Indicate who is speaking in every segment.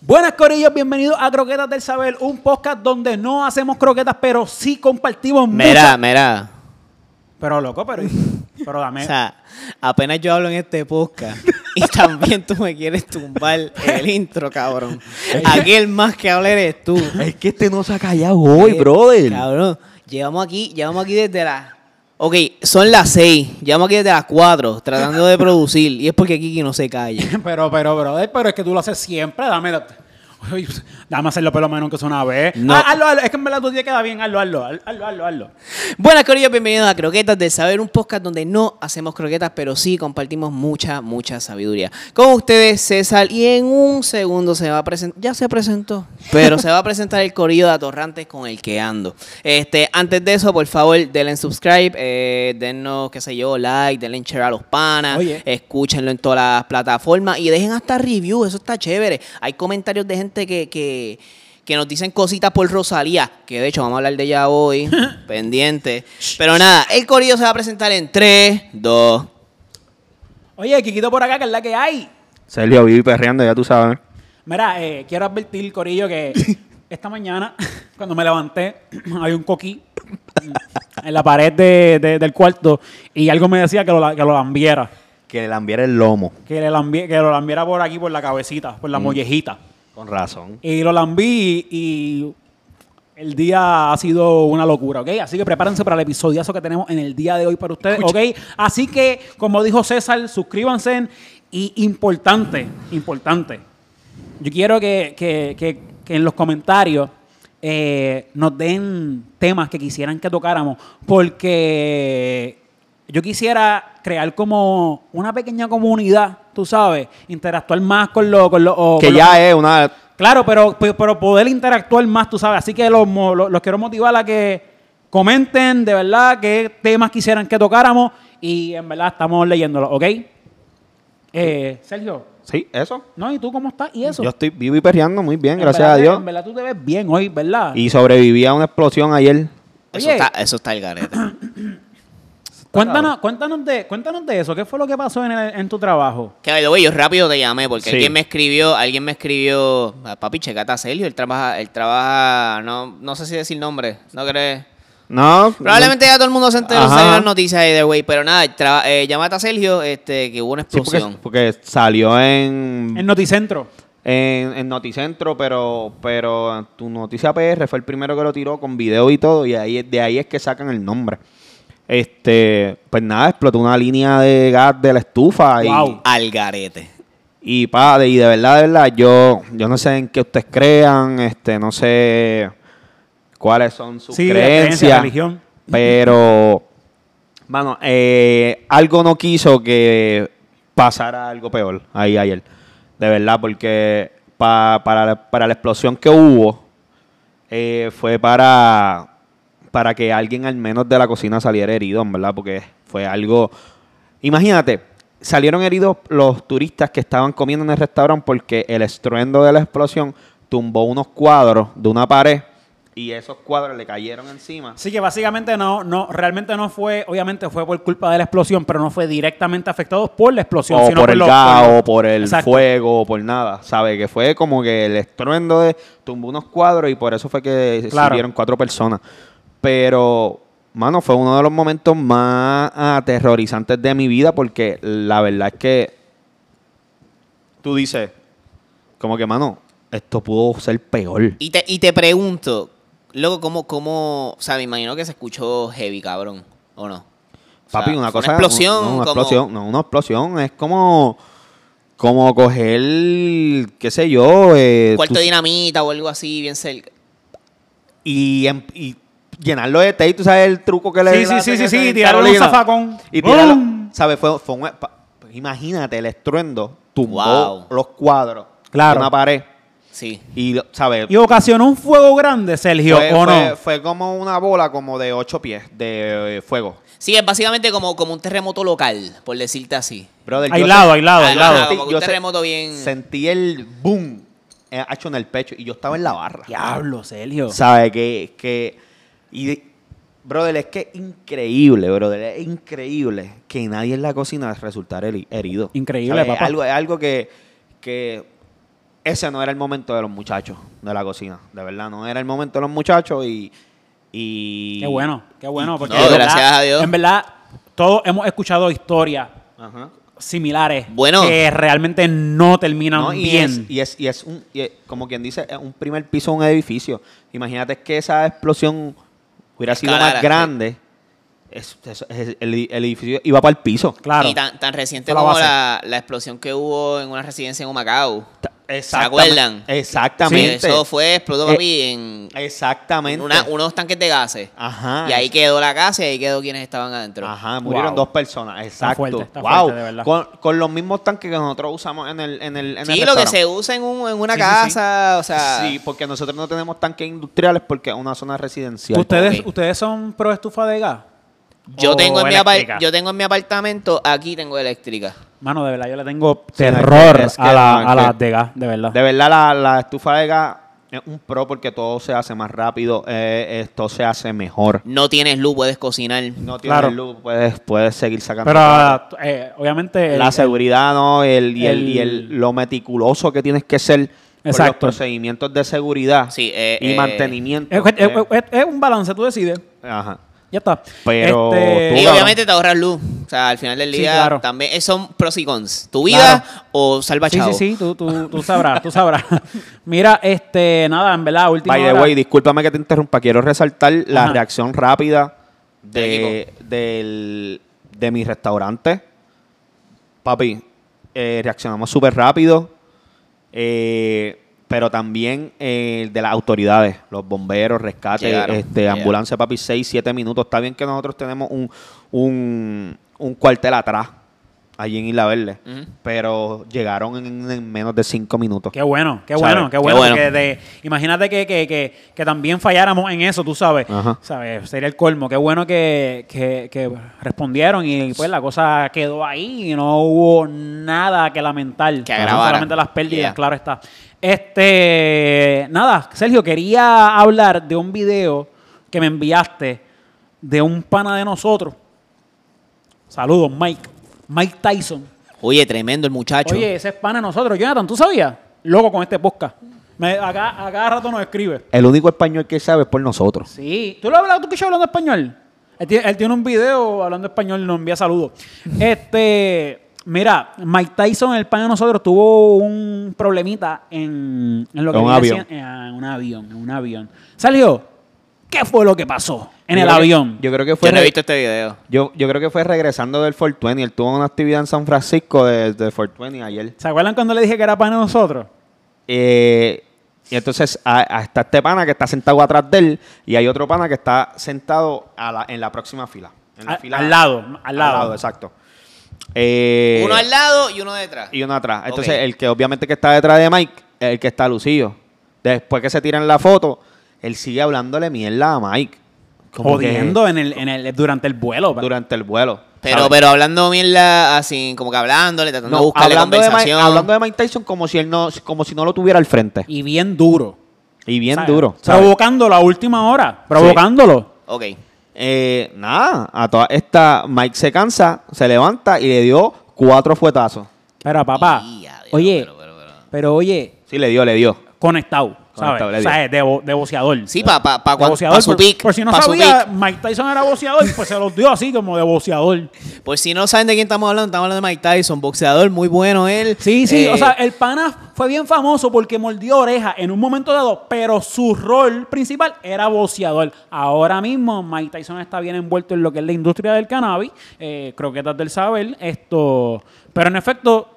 Speaker 1: Buenas corillos, bienvenidos a Croquetas del Saber, un podcast donde no hacemos croquetas, pero sí compartimos
Speaker 2: Mira,
Speaker 1: muchas-
Speaker 2: mira.
Speaker 1: Pero loco, pero, pero dame.
Speaker 2: O sea, apenas yo hablo en este podcast y también tú me quieres tumbar el intro, cabrón. Aquí el más que habla eres tú.
Speaker 3: Es que este no se ha callado hoy,
Speaker 2: Eh,
Speaker 3: brother.
Speaker 2: Cabrón, llevamos aquí, llevamos aquí desde las... Ok, son las 6, llevamos aquí desde las 4 tratando de producir y es porque Kiki no se calla.
Speaker 1: pero, pero, brother, pero es que tú lo haces siempre, dame. Uy, Dame hacerlo por lo menos que sea una vez.
Speaker 2: No.
Speaker 1: Ah, hazlo, hazlo. Es que en verdad tú te queda bien. Hazlo, hazlo, hazlo, hazlo. hazlo.
Speaker 2: Buenas, Corillo, bienvenidos a Croquetas del Saber, un podcast donde no hacemos croquetas, pero sí compartimos mucha, mucha sabiduría. Con ustedes, César, y en un segundo se va a presentar, ya se presentó, pero se va a presentar el Corillo de Atorrantes con el que ando. Este, antes de eso, por favor, denle subscribe, eh, dennos, qué sé yo, like, denle share a los panas,
Speaker 1: Oye.
Speaker 2: escúchenlo en todas las plataformas y dejen hasta review, eso está chévere. Hay comentarios de gente que, que, que nos dicen cositas por Rosalía, que de hecho vamos a hablar de ella hoy, pendiente. Pero nada, el corillo se va a presentar en 3, 2.
Speaker 1: Oye, Kikito por acá, que es la que hay.
Speaker 3: Sergio vive perreando, ya tú sabes.
Speaker 1: Mira, eh, quiero advertir, Corillo, que esta mañana, cuando me levanté, había un coquí en la pared de- de- del cuarto y algo me decía que lo, la- que lo lambiera.
Speaker 3: Que le lambiera el lomo.
Speaker 1: Que, le lambie- que lo lambiera por aquí, por la cabecita, por la mollejita.
Speaker 3: Con razón.
Speaker 1: Y lo lambí y el día ha sido una locura, ¿ok? Así que prepárense para el episodiazo que tenemos en el día de hoy para ustedes, ¿ok? Así que, como dijo César, suscríbanse y importante, importante. Yo quiero que, que- que- que en los comentarios eh, nos den temas que quisieran que tocáramos, porque yo quisiera crear como una pequeña comunidad, tú sabes, interactuar más con los... Con los- o
Speaker 3: Que
Speaker 1: con
Speaker 3: ya es una.
Speaker 1: Claro, pero, pe- pero poder interactuar más, tú sabes. Así que los, mo- lo- los quiero motivar a que comenten de verdad qué temas quisieran que tocáramos y en verdad estamos leyéndolos, ¿ok? Eh, Sergio,
Speaker 3: Sí, eso.
Speaker 1: ¿no? ¿Y tú cómo estás? ¿Y eso?
Speaker 3: Yo estoy vivo y perreando muy bien,
Speaker 1: En
Speaker 3: gracias
Speaker 1: verdad
Speaker 3: a
Speaker 1: que-
Speaker 3: Dios.
Speaker 1: En verdad tú te ves bien hoy, ¿verdad?
Speaker 3: Y sobreviví a una explosión ayer.
Speaker 2: Eso
Speaker 1: Oye.
Speaker 2: está, eso está el garete.
Speaker 1: cuéntanos, cuéntanos, de, cuéntanos de eso. ¿Qué fue lo que pasó en, el- en tu trabajo?
Speaker 2: Que by the way, yo rápido te llamé porque
Speaker 3: Sí.
Speaker 2: alguien me escribió, alguien me escribió, "Ah, papi, checate a Celio, él trabaja, él trabaja, no, no sé si decir nombre, ¿no crees?
Speaker 3: No.
Speaker 2: Probablemente ya todo el mundo se enteró
Speaker 3: Ajá.
Speaker 2: salió las noticias ahí de güey, pero nada, tra- eh, llámate a Sergio, este, que hubo una
Speaker 3: Sí, porque,
Speaker 2: explosión.
Speaker 3: porque salió en,
Speaker 1: En
Speaker 3: en,
Speaker 1: Noticentro.
Speaker 3: en Noticentro, pero pero tu noticia PR fue el primero que lo tiró con video y todo, y ahí de ahí es que sacan el nombre. Este, pues nada, explotó una línea de gas de la estufa y,
Speaker 1: Wow.
Speaker 2: Al garete.
Speaker 3: Y padre, y de verdad, de verdad, yo, yo no sé en qué ustedes crean, este, no sé cuáles son sus
Speaker 1: Sí, de
Speaker 3: creencias.
Speaker 1: creencia, religión.
Speaker 3: Pero, mano, eh, algo no quiso que pasara algo peor ahí ayer. De verdad, porque pa- para, la- para la explosión que hubo, eh, fue para, para que alguien al menos de la cocina saliera herido, en verdad, porque fue algo... Imagínate, salieron heridos los turistas que estaban comiendo en el restaurante porque el estruendo de la explosión tumbó unos cuadros de una pared y esos cuadros le cayeron encima.
Speaker 1: Así que básicamente no, no, realmente no fue, obviamente fue por culpa de la explosión, pero no fue directamente afectado por la explosión.
Speaker 3: o
Speaker 1: sino
Speaker 3: por el
Speaker 1: los-
Speaker 3: gas,
Speaker 1: los-
Speaker 3: o por el
Speaker 1: pues Exacto.
Speaker 3: fuego, o por nada, ¿sabe? Que fue como que el estruendo de tumbó unos cuadros y por eso fue que se
Speaker 1: Claro.
Speaker 3: murieron cuatro personas. Pero, mano, fue uno de los momentos más aterrorizantes de mi vida porque la verdad es que tú dices, como que, mano, esto pudo ser peor.
Speaker 2: Y te, y te pregunto, luego, ¿cómo, cómo, o sea, me imagino que se escuchó heavy, cabrón, ¿o no? O sea,
Speaker 3: Papi, una
Speaker 2: fue
Speaker 3: cosa.
Speaker 2: Una explosión,
Speaker 3: no, una
Speaker 2: como-
Speaker 3: explosión. No, una explosión. Es como. Como coger. qué sé yo. eh,
Speaker 2: cuarto
Speaker 3: tú-
Speaker 2: de dinamita o algo así, bien cerca.
Speaker 3: y, em- y llenarlo de té. ¿Tú sabes el truco que le
Speaker 1: Sí, sí,
Speaker 3: hacen
Speaker 1: sí, sí,
Speaker 3: en
Speaker 1: sí, tirarlo en un
Speaker 3: Carolina?
Speaker 1: zafacón.
Speaker 3: Y tirarlo.
Speaker 1: ¡Bum!
Speaker 3: ¿Sabes? Fue, fue un- pa- imagínate el estruendo. Tumbó
Speaker 2: Wow.
Speaker 3: los cuadros.
Speaker 1: Claro.
Speaker 3: de Una pared.
Speaker 2: Sí.
Speaker 3: Y, ¿sabes?
Speaker 1: Y ocasionó un fuego grande, Sergio,
Speaker 3: fue,
Speaker 1: ¿o "Oh, no?
Speaker 3: fue- fue como una bola como de ocho pies de eh, fuego.
Speaker 2: Sí, es básicamente como, como un terremoto local, por decirte así.
Speaker 3: Brother, yo
Speaker 1: Aislado,
Speaker 3: sé-
Speaker 1: aislado,
Speaker 2: Ah,
Speaker 1: aislado.
Speaker 2: ajá, como que un
Speaker 3: Yo sé-
Speaker 2: terremoto bien...
Speaker 3: Sentí el boom eh, hecho en el pecho y yo estaba en la barra.
Speaker 1: Diablo, Sergio.
Speaker 3: ¿Sabe? Que, que. Y. de- brother, es que es increíble, brother. Es increíble que nadie en la cocina resultara heri- herido.
Speaker 1: Increíble,
Speaker 3: ¿Sabe?
Speaker 1: papá.
Speaker 3: Algo, algo que. que ese no era el momento de los muchachos de la cocina. De verdad, no era el momento de los muchachos y. y
Speaker 1: Qué bueno, qué bueno. Porque
Speaker 2: No,
Speaker 1: en verdad-
Speaker 2: gracias a Dios.
Speaker 1: En verdad, todos hemos escuchado historias
Speaker 3: Ajá.
Speaker 1: similares
Speaker 2: Bueno.
Speaker 1: que realmente no terminan
Speaker 3: No, y,
Speaker 1: bien.
Speaker 3: es, y, es, y es un, y es- como quien dice, es un primer piso de un edificio. Imagínate que esa explosión hubiera sido
Speaker 2: Escalara,
Speaker 3: más
Speaker 2: sí.
Speaker 3: grande. es- es- es- el, el edificio iba para el piso.
Speaker 1: claro.
Speaker 2: Y tan, tan reciente
Speaker 1: Fue la
Speaker 2: como
Speaker 1: base.
Speaker 2: la, la explosión que hubo en una residencia en Humacao.
Speaker 3: ¿Se
Speaker 2: acuerdan?
Speaker 3: Exactamente.
Speaker 2: Eso fue, explotó
Speaker 3: Eh,
Speaker 2: papi en
Speaker 3: Exactamente.
Speaker 2: una- unos tanques de gases.
Speaker 3: Ajá.
Speaker 2: y ahí quedó la casa y ahí quedó quienes estaban adentro.
Speaker 3: Ah, Ajá, murieron
Speaker 1: Wow.
Speaker 3: dos personas. Exacto.
Speaker 1: fuerte, está
Speaker 3: wow.
Speaker 1: fuerte, de verdad.
Speaker 3: Con, con los mismos tanques que nosotros usamos en el en el en
Speaker 2: sí,
Speaker 3: el
Speaker 2: lo que
Speaker 3: restaurante.
Speaker 2: se usa en, un- en una
Speaker 1: Sí, sí, sí.
Speaker 2: casa, o sea...
Speaker 3: Sí, porque nosotros no tenemos tanques industriales porque es una zona residencial.
Speaker 1: ¿Ustedes,
Speaker 2: Ok.
Speaker 1: ¿Ustedes son pro estufa de gas?
Speaker 2: Yo,
Speaker 1: O
Speaker 2: tengo en mi
Speaker 1: eléctrica.
Speaker 2: apar- yo tengo en mi apartamento, aquí tengo eléctrica.
Speaker 1: Mano, de verdad, yo le tengo
Speaker 3: Sí,
Speaker 1: terror
Speaker 3: es que-
Speaker 1: a, la,
Speaker 3: no,
Speaker 1: a
Speaker 3: es
Speaker 1: las
Speaker 3: que-
Speaker 1: de gas, de verdad.
Speaker 3: De verdad, la, la estufa de gas es un pro porque todo se hace más rápido. eh, esto se hace mejor.
Speaker 2: No tienes luz, puedes cocinar.
Speaker 3: No tienes
Speaker 1: Claro.
Speaker 3: luz, puedes, puedes seguir sacando.
Speaker 1: Pero
Speaker 3: cosas.
Speaker 1: eh, obviamente... el-
Speaker 3: la seguridad, ¿no? El, y, el, y
Speaker 1: el-
Speaker 3: el, lo meticuloso que tienes que ser con
Speaker 1: Exacto.
Speaker 3: los procedimientos de seguridad
Speaker 2: Sí, eh,
Speaker 3: y
Speaker 2: eh,
Speaker 3: mantenimiento.
Speaker 1: es, es-
Speaker 3: eh,
Speaker 1: es- es un balance, tú decides.
Speaker 3: ajá.
Speaker 1: Ya está.
Speaker 3: Pero
Speaker 1: Este,
Speaker 3: tú-
Speaker 2: Y
Speaker 3: cabrón.
Speaker 2: obviamente te ahorras luz. O sea, al final del
Speaker 1: Sí,
Speaker 2: día
Speaker 1: claro.
Speaker 2: también eh, son pros y cons. Tu vida o salva
Speaker 1: Sí,
Speaker 2: chavo.
Speaker 1: sí, sí, tú, tú, tú sabrás, tú sabrás. Mira, este, nada, en verdad, última
Speaker 3: By the
Speaker 1: hora-
Speaker 3: way, discúlpame que te interrumpa. Quiero resaltar la
Speaker 1: Ajá.
Speaker 3: reacción rápida
Speaker 2: Del
Speaker 3: de, del- de mi restaurante. Papi, eh, reaccionamos súper rápido. eh, pero también eh, de las autoridades, los bomberos, rescate,
Speaker 2: Llegaron,
Speaker 3: este,
Speaker 2: llegaron.
Speaker 3: ambulancia, papi, 6, 7 minutos. Está bien que nosotros tenemos un, un, un cuartel atrás, allí en Isla Verde,
Speaker 2: Ujú.
Speaker 3: pero llegaron en, en menos de 5 minutos.
Speaker 1: Qué bueno, qué
Speaker 3: ¿Sabes?
Speaker 1: bueno, qué
Speaker 3: Qué
Speaker 1: bueno.
Speaker 2: bueno.
Speaker 1: porque de- imagínate que, que, que, que también falláramos en eso, tú sabes.
Speaker 3: Ajá.
Speaker 1: ¿Sabes? Sería el colmo. Qué bueno que, que, que respondieron y pues la cosa quedó ahí y no hubo nada que lamentar.
Speaker 2: Que
Speaker 1: Ajá.
Speaker 2: agravara.
Speaker 1: Solamente las pérdidas,
Speaker 2: Yeah.
Speaker 1: claro está. Este, nada, Sergio, quería hablar de un video que me enviaste de un pana de nosotros. Saludos, Mike. Mike Tyson.
Speaker 2: Oye, tremendo el muchacho.
Speaker 1: Oye, ese es pana de nosotros. Jonathan, ¿tú sabías? Loco con este podcast. Me, acá, a cada rato nos escribe.
Speaker 3: El único español que sabe es por nosotros.
Speaker 1: Sí. ¿Tú lo has hablado? ¿Tú que yo hablando español? Él, tie- él tiene un video hablando español, nos envía saludos. Este, mira, Mike Tyson, el pan de nosotros, tuvo un problemita en, en lo que
Speaker 3: En un
Speaker 1: viene
Speaker 3: avión.
Speaker 1: siendo- Ah, en un avión, en un avión. Sergio, ¿qué fue lo que pasó en
Speaker 3: Yo
Speaker 1: el
Speaker 3: creo que-
Speaker 1: avión?
Speaker 3: yo creo que fue.
Speaker 2: Yo no he
Speaker 3: re-
Speaker 2: visto este video.
Speaker 3: yo, yo creo que fue regresando del 420. Él tuvo una actividad en San Francisco de, de 420 ayer.
Speaker 1: ¿Se acuerdan cuando le dije que era pan de nosotros?
Speaker 3: Eh, y entonces a- a- está este pana que está sentado atrás de él y hay otro pana que está sentado a la- en la próxima fila. En la
Speaker 1: Al-
Speaker 3: fila-
Speaker 1: al lado, al lado.
Speaker 3: exacto. Eh,
Speaker 2: uno al lado y uno detrás.
Speaker 3: y uno atrás. Entonces,
Speaker 2: Ok.
Speaker 3: el que obviamente que está detrás de Mike es el que está lucido. Después que se tiran la foto, él sigue hablándole mierda a Mike. Como que
Speaker 1: Jodiendo en el, en el, durante el vuelo.
Speaker 3: durante el vuelo.
Speaker 2: Pero,
Speaker 3: ¿sabes?
Speaker 2: pero hablando mierda, así, como que hablándole, tratando
Speaker 3: No,
Speaker 2: de buscarle
Speaker 3: hablando, de Mike,
Speaker 2: conversación.
Speaker 3: hablando de Mike Tyson como si él no, como si no lo tuviera al frente.
Speaker 1: Y bien duro.
Speaker 3: Y bien
Speaker 1: ¿sabes?
Speaker 3: duro. ¿sabes?
Speaker 1: Provocándolo a última hora. Provocándolo.
Speaker 2: Ok.
Speaker 3: Eh, nada, a toda esta Mike se cansa, se levanta y le dio cuatro fuetazos.
Speaker 1: Pero papá,
Speaker 2: Y, ya, diablo,
Speaker 1: oye, pero,
Speaker 2: pero, pero, pero.
Speaker 1: oye,
Speaker 3: Sí, le dio, le dio.
Speaker 1: conectado, ¿sabes?
Speaker 3: Conectado, le
Speaker 1: O
Speaker 3: dio.
Speaker 1: sea, es de, bo- de boceador.
Speaker 2: Sí, para pa, pa,
Speaker 1: De
Speaker 2: cuan-
Speaker 1: boceador,
Speaker 2: pa su
Speaker 1: por,
Speaker 2: pick.
Speaker 1: por si no
Speaker 2: pa su
Speaker 1: sabía,
Speaker 2: pick.
Speaker 1: Mike Tyson era boceador, pues se los dio así como de boceador.
Speaker 2: Por Pues si no saben de quién estamos hablando, estamos hablando de Mike Tyson, boxeador, muy bueno él.
Speaker 1: Sí, sí,
Speaker 2: Eh,
Speaker 1: o sea, el pana fue bien famoso porque mordió oreja en un momento dado, pero su rol principal era boceador. Ahora mismo Mike Tyson está bien envuelto en lo que es la industria del cannabis, eh, croquetas del saber, esto... Pero en efecto,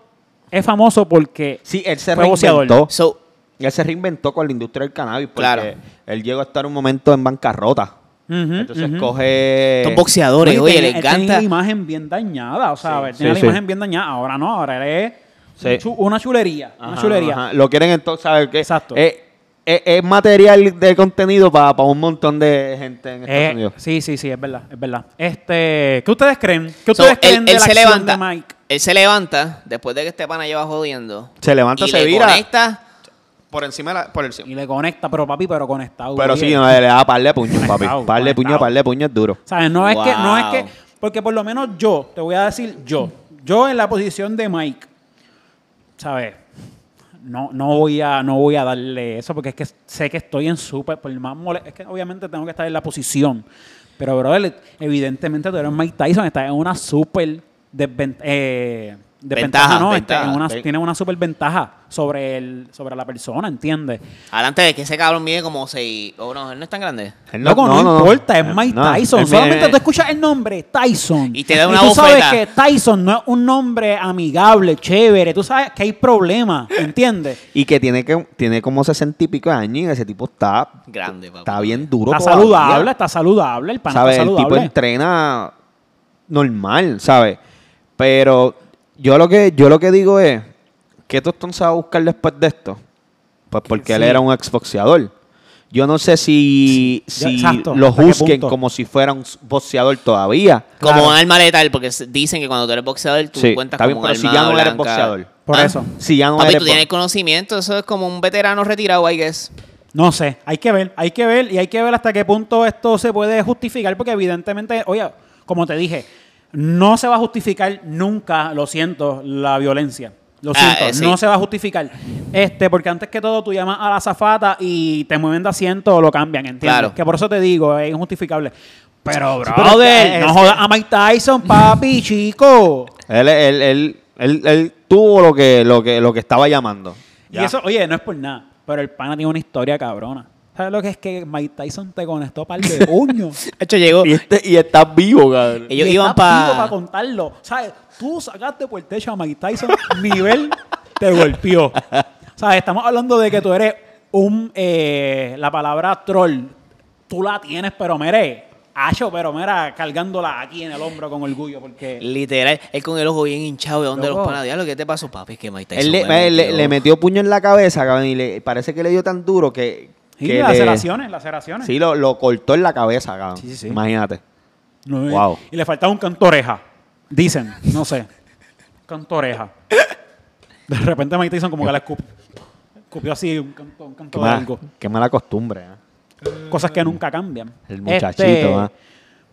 Speaker 1: es famoso porque...
Speaker 3: Sí, él se
Speaker 1: Fue boxeador.
Speaker 3: reinventó.
Speaker 2: so,
Speaker 3: Él se reinventó con la industria del cannabis porque
Speaker 2: Claro.
Speaker 3: él llegó a estar un momento en bancarrota.
Speaker 1: Ujú,
Speaker 3: Entonces
Speaker 1: ujú.
Speaker 3: coge...
Speaker 2: Estos boxeadores,
Speaker 1: Oye,
Speaker 2: oye,
Speaker 1: tenía-
Speaker 2: le
Speaker 1: él Tenía
Speaker 2: encanta.
Speaker 1: la imagen bien dañada, o sea,
Speaker 3: Sí,
Speaker 1: él tenía
Speaker 3: sí,
Speaker 1: la
Speaker 3: sí.
Speaker 1: imagen bien dañada. Ahora no, ahora él es
Speaker 3: Sí.
Speaker 1: un chu- una chulería. una
Speaker 3: Ajá,
Speaker 1: chulería.
Speaker 3: ajá. Lo quieren entonces, ¿sabes qué?
Speaker 1: Exacto.
Speaker 3: Eh, eh, es material de contenido para un montón de gente en Estados
Speaker 1: Eh,
Speaker 3: Unidos.
Speaker 1: sí, sí, sí, es verdad, es verdad. Este, ¿qué ustedes creen? ¿Qué
Speaker 2: so,
Speaker 1: ustedes creen
Speaker 2: él,
Speaker 1: de
Speaker 2: él
Speaker 1: la
Speaker 2: se
Speaker 1: acción
Speaker 2: levanta.
Speaker 1: de Mike?
Speaker 2: Él se levanta después de que este pana lleva jodiendo.
Speaker 3: Se levanta,
Speaker 2: y
Speaker 3: se
Speaker 2: le
Speaker 3: vira.
Speaker 2: conecta.
Speaker 3: Por encima de la... Por el...
Speaker 1: Y le conecta, pero papi, pero conectado.
Speaker 3: Pero
Speaker 1: oye.
Speaker 3: sí, no, le da par de puños, papi.
Speaker 1: Conectado,
Speaker 3: Par de puños,
Speaker 1: conectado.
Speaker 3: par de puños es duro.
Speaker 1: ¿Sabes? No es que, no es que,
Speaker 2: Wow.
Speaker 1: porque por lo menos yo, te voy a decir yo, yo en la posición de Mike, ¿sabes? no, no, voy a, no voy a darle eso porque es que sé que estoy en súper, por más mole- es que obviamente tengo que estar en la posición. Pero, brother, evidentemente tú eres Mike Tyson, estás en una súper desven- eh, desventaja,
Speaker 2: Ventaja,
Speaker 1: ¿no?
Speaker 2: ventaja,
Speaker 1: Estás en una-
Speaker 3: sí.
Speaker 1: tienes una súper ventaja sobre, el, sobre la persona, ¿entiendes?
Speaker 2: Adelante de que ese cabrón mide como 6. Oh, no, él no es tan grande.
Speaker 3: Él
Speaker 1: Loco, no, importa, es
Speaker 3: Eh,
Speaker 1: Mike
Speaker 3: no,
Speaker 1: Tyson.
Speaker 3: él mide-
Speaker 1: Solamente tú escuchas el nombre, Tyson.
Speaker 2: Y te da una
Speaker 1: tú sabes
Speaker 2: bofeta.
Speaker 1: que Tyson no es un nombre amigable, chévere. Tú sabes que hay problemas, ¿entiendes?
Speaker 3: Y que tiene, que tiene como sesenta y pico de años y ese tipo está,
Speaker 2: Grande, papá.
Speaker 3: está bien duro.
Speaker 1: Está
Speaker 3: todavía.
Speaker 1: saludable, está saludable. El pan
Speaker 3: ¿Sabes?
Speaker 1: está
Speaker 3: El tipo
Speaker 1: saludable.
Speaker 3: entrena normal, ¿sabes? Pero yo lo que, yo lo que digo es, ¿qué Tostón se va a buscar después de esto? Pues porque él
Speaker 1: Sí.
Speaker 3: era un exboxeador. Yo no sé si,
Speaker 1: Sí,
Speaker 3: si
Speaker 1: exacto,
Speaker 3: lo
Speaker 1: ¿hasta qué
Speaker 3: juzguen
Speaker 1: punto?
Speaker 3: como si fuera un boxeador todavía.
Speaker 2: Como
Speaker 1: Claro.
Speaker 2: un alma letal, porque s- dicen que cuando tú eres boxeador, tú
Speaker 3: Sí,
Speaker 2: cuentas
Speaker 3: está bien,
Speaker 2: como un
Speaker 3: pero si
Speaker 2: alma
Speaker 3: ya no eres
Speaker 2: blanca.
Speaker 3: boxeador.
Speaker 1: Por
Speaker 2: Ah,
Speaker 1: eso.
Speaker 3: Si ya no
Speaker 2: Papi,
Speaker 3: eres
Speaker 2: tú
Speaker 3: bo-
Speaker 2: tienes conocimiento, eso es como un veterano retirado, I guess.
Speaker 1: No sé, hay que ver, hay que ver y hay que ver hasta qué punto esto se puede justificar porque evidentemente, oye, como te dije, no se va a justificar nunca, lo siento, la violencia. Lo
Speaker 2: Ah,
Speaker 1: siento,
Speaker 2: eh, sí.
Speaker 1: no se va a justificar. Este, porque antes que todo tú llamas a la zafata y te mueven de asiento o lo cambian, ¿entiendes?
Speaker 2: Claro.
Speaker 1: Que por eso te digo, es injustificable. Pero,
Speaker 3: pero es
Speaker 1: brother,
Speaker 3: que-
Speaker 1: no jodas a Mike Tyson, papi, chico.
Speaker 3: Él, él, él, él, él tuvo lo que, lo que, lo que estaba llamando.
Speaker 1: Y
Speaker 3: Ya.
Speaker 1: eso, oye, no es por nada, pero el pana tiene una historia cabrona. ¿Sabes lo que es que Mike Tyson te conectó par de puños?
Speaker 2: De hecho, llegó.
Speaker 3: Y, este, y está vivo, cabrón.
Speaker 2: Ellos
Speaker 1: Y
Speaker 2: iban
Speaker 1: está
Speaker 2: pa-
Speaker 1: vivo pa contarlo. ¿Sabes? Tú sacaste por el techo a Mike Tyson, nivel te golpeó. ¿Sabes? Estamos hablando de que tú eres un. eh, la palabra troll, tú la tienes, pero mere. Hacho, pero mira, cargándola aquí en el hombro con orgullo, porque.
Speaker 2: Literal, él con el ojo bien hinchado, ¿de dónde los
Speaker 1: Loco.
Speaker 2: panas? Diablo, ¿qué te pasó, papi? Es que Mike Tyson
Speaker 3: Él le,
Speaker 2: me
Speaker 3: eh, le-
Speaker 2: metió-
Speaker 3: le metió puño en la cabeza, cabrón, y le, parece que le dio tan duro que.
Speaker 1: Y
Speaker 3: que
Speaker 1: las
Speaker 3: le-
Speaker 1: laceraciones, laceraciones.
Speaker 3: Sí, lo, lo cortó en la cabeza, cabrón.
Speaker 1: Sí, sí, sí.
Speaker 3: Imagínate.
Speaker 1: No, y-
Speaker 3: Wow.
Speaker 1: Y le faltaba un cantoreja. Dicen, no sé. Cantoreja. De repente Mike Tyson como que la escupió. Escupió así un canto, un canto
Speaker 3: Qué
Speaker 1: de
Speaker 3: mala,
Speaker 1: algo.
Speaker 3: qué mala costumbre. ¿eh?
Speaker 1: Cosas que nunca cambian. Este,
Speaker 3: El muchachito, ah.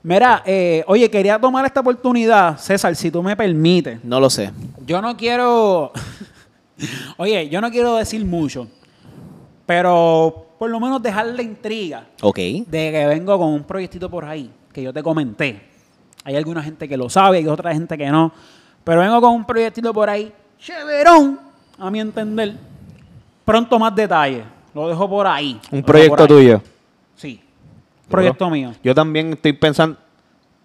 Speaker 1: Mira, eh, oye, quería tomar esta oportunidad, César, si tú me permites.
Speaker 2: No lo sé.
Speaker 1: Yo no quiero. oye, yo no quiero decir mucho, pero por lo menos dejar la intriga
Speaker 2: Ok.
Speaker 1: de que vengo con un proyectito por ahí, que yo te comenté. Hay alguna gente que lo sabe, hay otra gente que no. Pero vengo con un proyectito por ahí, chéverón, a mi entender. Pronto más detalles. Lo dejo por ahí. Lo
Speaker 3: Un
Speaker 1: dejo por
Speaker 3: proyecto
Speaker 1: ahí.
Speaker 3: tuyo.
Speaker 1: Sí. Proyecto
Speaker 3: Seguro.
Speaker 1: mío.
Speaker 3: Yo también estoy pensando,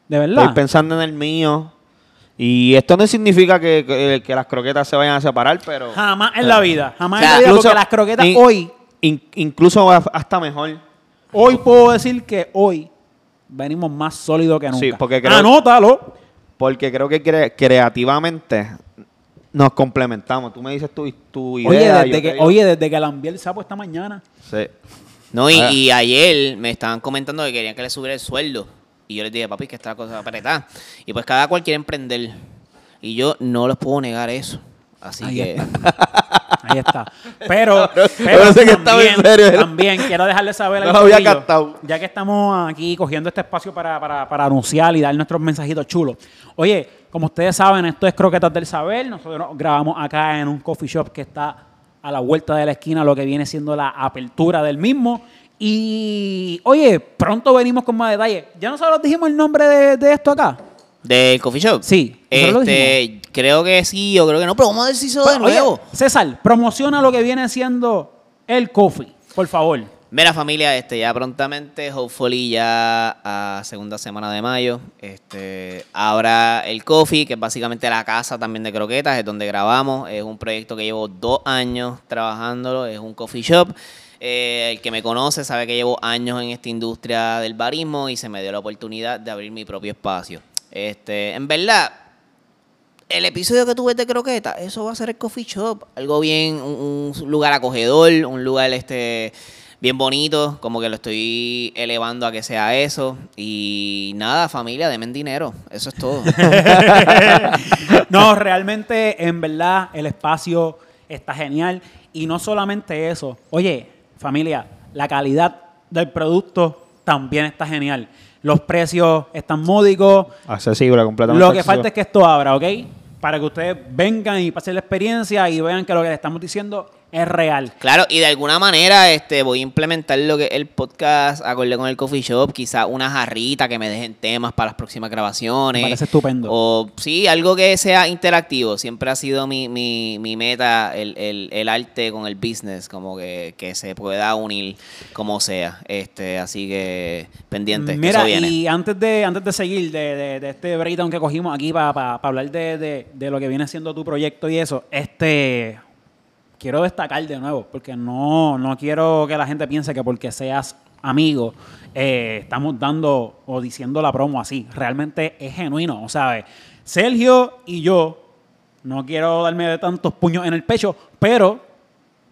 Speaker 1: De verdad.
Speaker 3: estoy pensando en el mío. Y esto no significa que, que- que las croquetas se vayan a separar, pero.
Speaker 1: Jamás en la vida. Jamás
Speaker 2: O sea,
Speaker 1: en la vida.
Speaker 3: incluso-
Speaker 1: Porque las croquetas
Speaker 3: in-
Speaker 1: hoy,
Speaker 3: in- incluso hasta mejor.
Speaker 1: hoy puedo decir que hoy venimos más sólidos que nunca.
Speaker 3: Sí, porque creo-
Speaker 1: Anótalo.
Speaker 3: Porque creo que cre- creativamente nos complementamos. Tú me dices tu, tu idea.
Speaker 1: Oye
Speaker 3: yo te
Speaker 1: desde, que,
Speaker 3: digo-
Speaker 1: oye, desde que la envié el sapo esta mañana.
Speaker 3: Sí.
Speaker 2: No, y,
Speaker 3: Ah.
Speaker 2: y ayer me estaban comentando que querían que le subiera el sueldo. Y yo les dije, papi, que esta cosa apretada. Y pues cada cual quiere emprender. Y yo no les puedo negar eso. Así
Speaker 1: Ahí
Speaker 2: que.
Speaker 1: Ahí está. Pero,
Speaker 3: ahora
Speaker 1: pero
Speaker 3: sé que estaba
Speaker 1: también,
Speaker 3: en serio, ¿verdad?
Speaker 1: también quiero dejarle saber
Speaker 3: No
Speaker 1: al
Speaker 3: lo había
Speaker 1: corillo,
Speaker 3: captado.
Speaker 1: Ya que estamos aquí cogiendo este espacio para, para, para anunciar y dar nuestros mensajitos chulos. Oye, como ustedes saben, esto es Croquetas del Saber. Nosotros grabamos acá en un coffee shop que está a la vuelta de la esquina, lo que viene siendo la apertura del mismo. Y, oye, pronto venimos con más detalles. ¿Ya nosotros dijimos el nombre de, de esto acá?
Speaker 2: ¿Del coffee shop?
Speaker 1: Sí, nosotros lo
Speaker 2: Este, creo que sí, yo creo que no, pero vamos a ver si eso de
Speaker 1: Pues, Oye,
Speaker 2: nuevo.
Speaker 1: César, promociona lo que viene siendo el coffee, por favor.
Speaker 2: Mira familia, este ya prontamente, hopefully ya a segunda semana de mayo, este habrá el coffee, que es básicamente la casa también de croquetas, es donde grabamos, es un proyecto que llevo dos años trabajándolo, es un coffee shop. Eh, el que me conoce sabe que llevo años en esta industria del barismo y se me dio la oportunidad de abrir mi propio espacio. Este, en verdad, el episodio que tú ves de croqueta, eso va a ser el coffee shop. Algo bien, un, un lugar acogedor, un lugar este bien bonito, como que lo estoy elevando a que sea eso. Y nada, familia, demen dinero. Eso es todo.
Speaker 1: no, realmente, en verdad, el espacio está genial. Y no solamente eso. Oye, familia, la calidad del producto también está genial. Los precios están módicos.
Speaker 3: Accesible, completamente.
Speaker 1: Lo que falta es
Speaker 3: accesible.
Speaker 1: que esto abra, ¿ok? Para que ustedes vengan y pasen la experiencia y vean que lo que les estamos diciendo es real.
Speaker 2: Claro, y de alguna manera este, voy a implementar lo que es el podcast acorde con el coffee shop, quizá una jarrita que me dejen temas para las próximas grabaciones.
Speaker 1: Me parece estupendo.
Speaker 2: O sí, algo que sea interactivo. Siempre ha sido mi, mi, mi meta el, el, el arte con el business, como que, que se pueda unir como sea. Este, así que pendiente, que
Speaker 1: Mira,
Speaker 2: eso viene.
Speaker 1: y antes de, antes de seguir de, de- de este breakdown que cogimos aquí para hablar de, de- de lo que viene siendo tu proyecto y eso, este quiero destacar de nuevo, porque no, no quiero que la gente piense que porque seas amigo, eh, estamos dando o diciendo la promo así. Realmente es genuino, ¿sabes? Sergio y yo, no quiero darme de tantos puños en el pecho, pero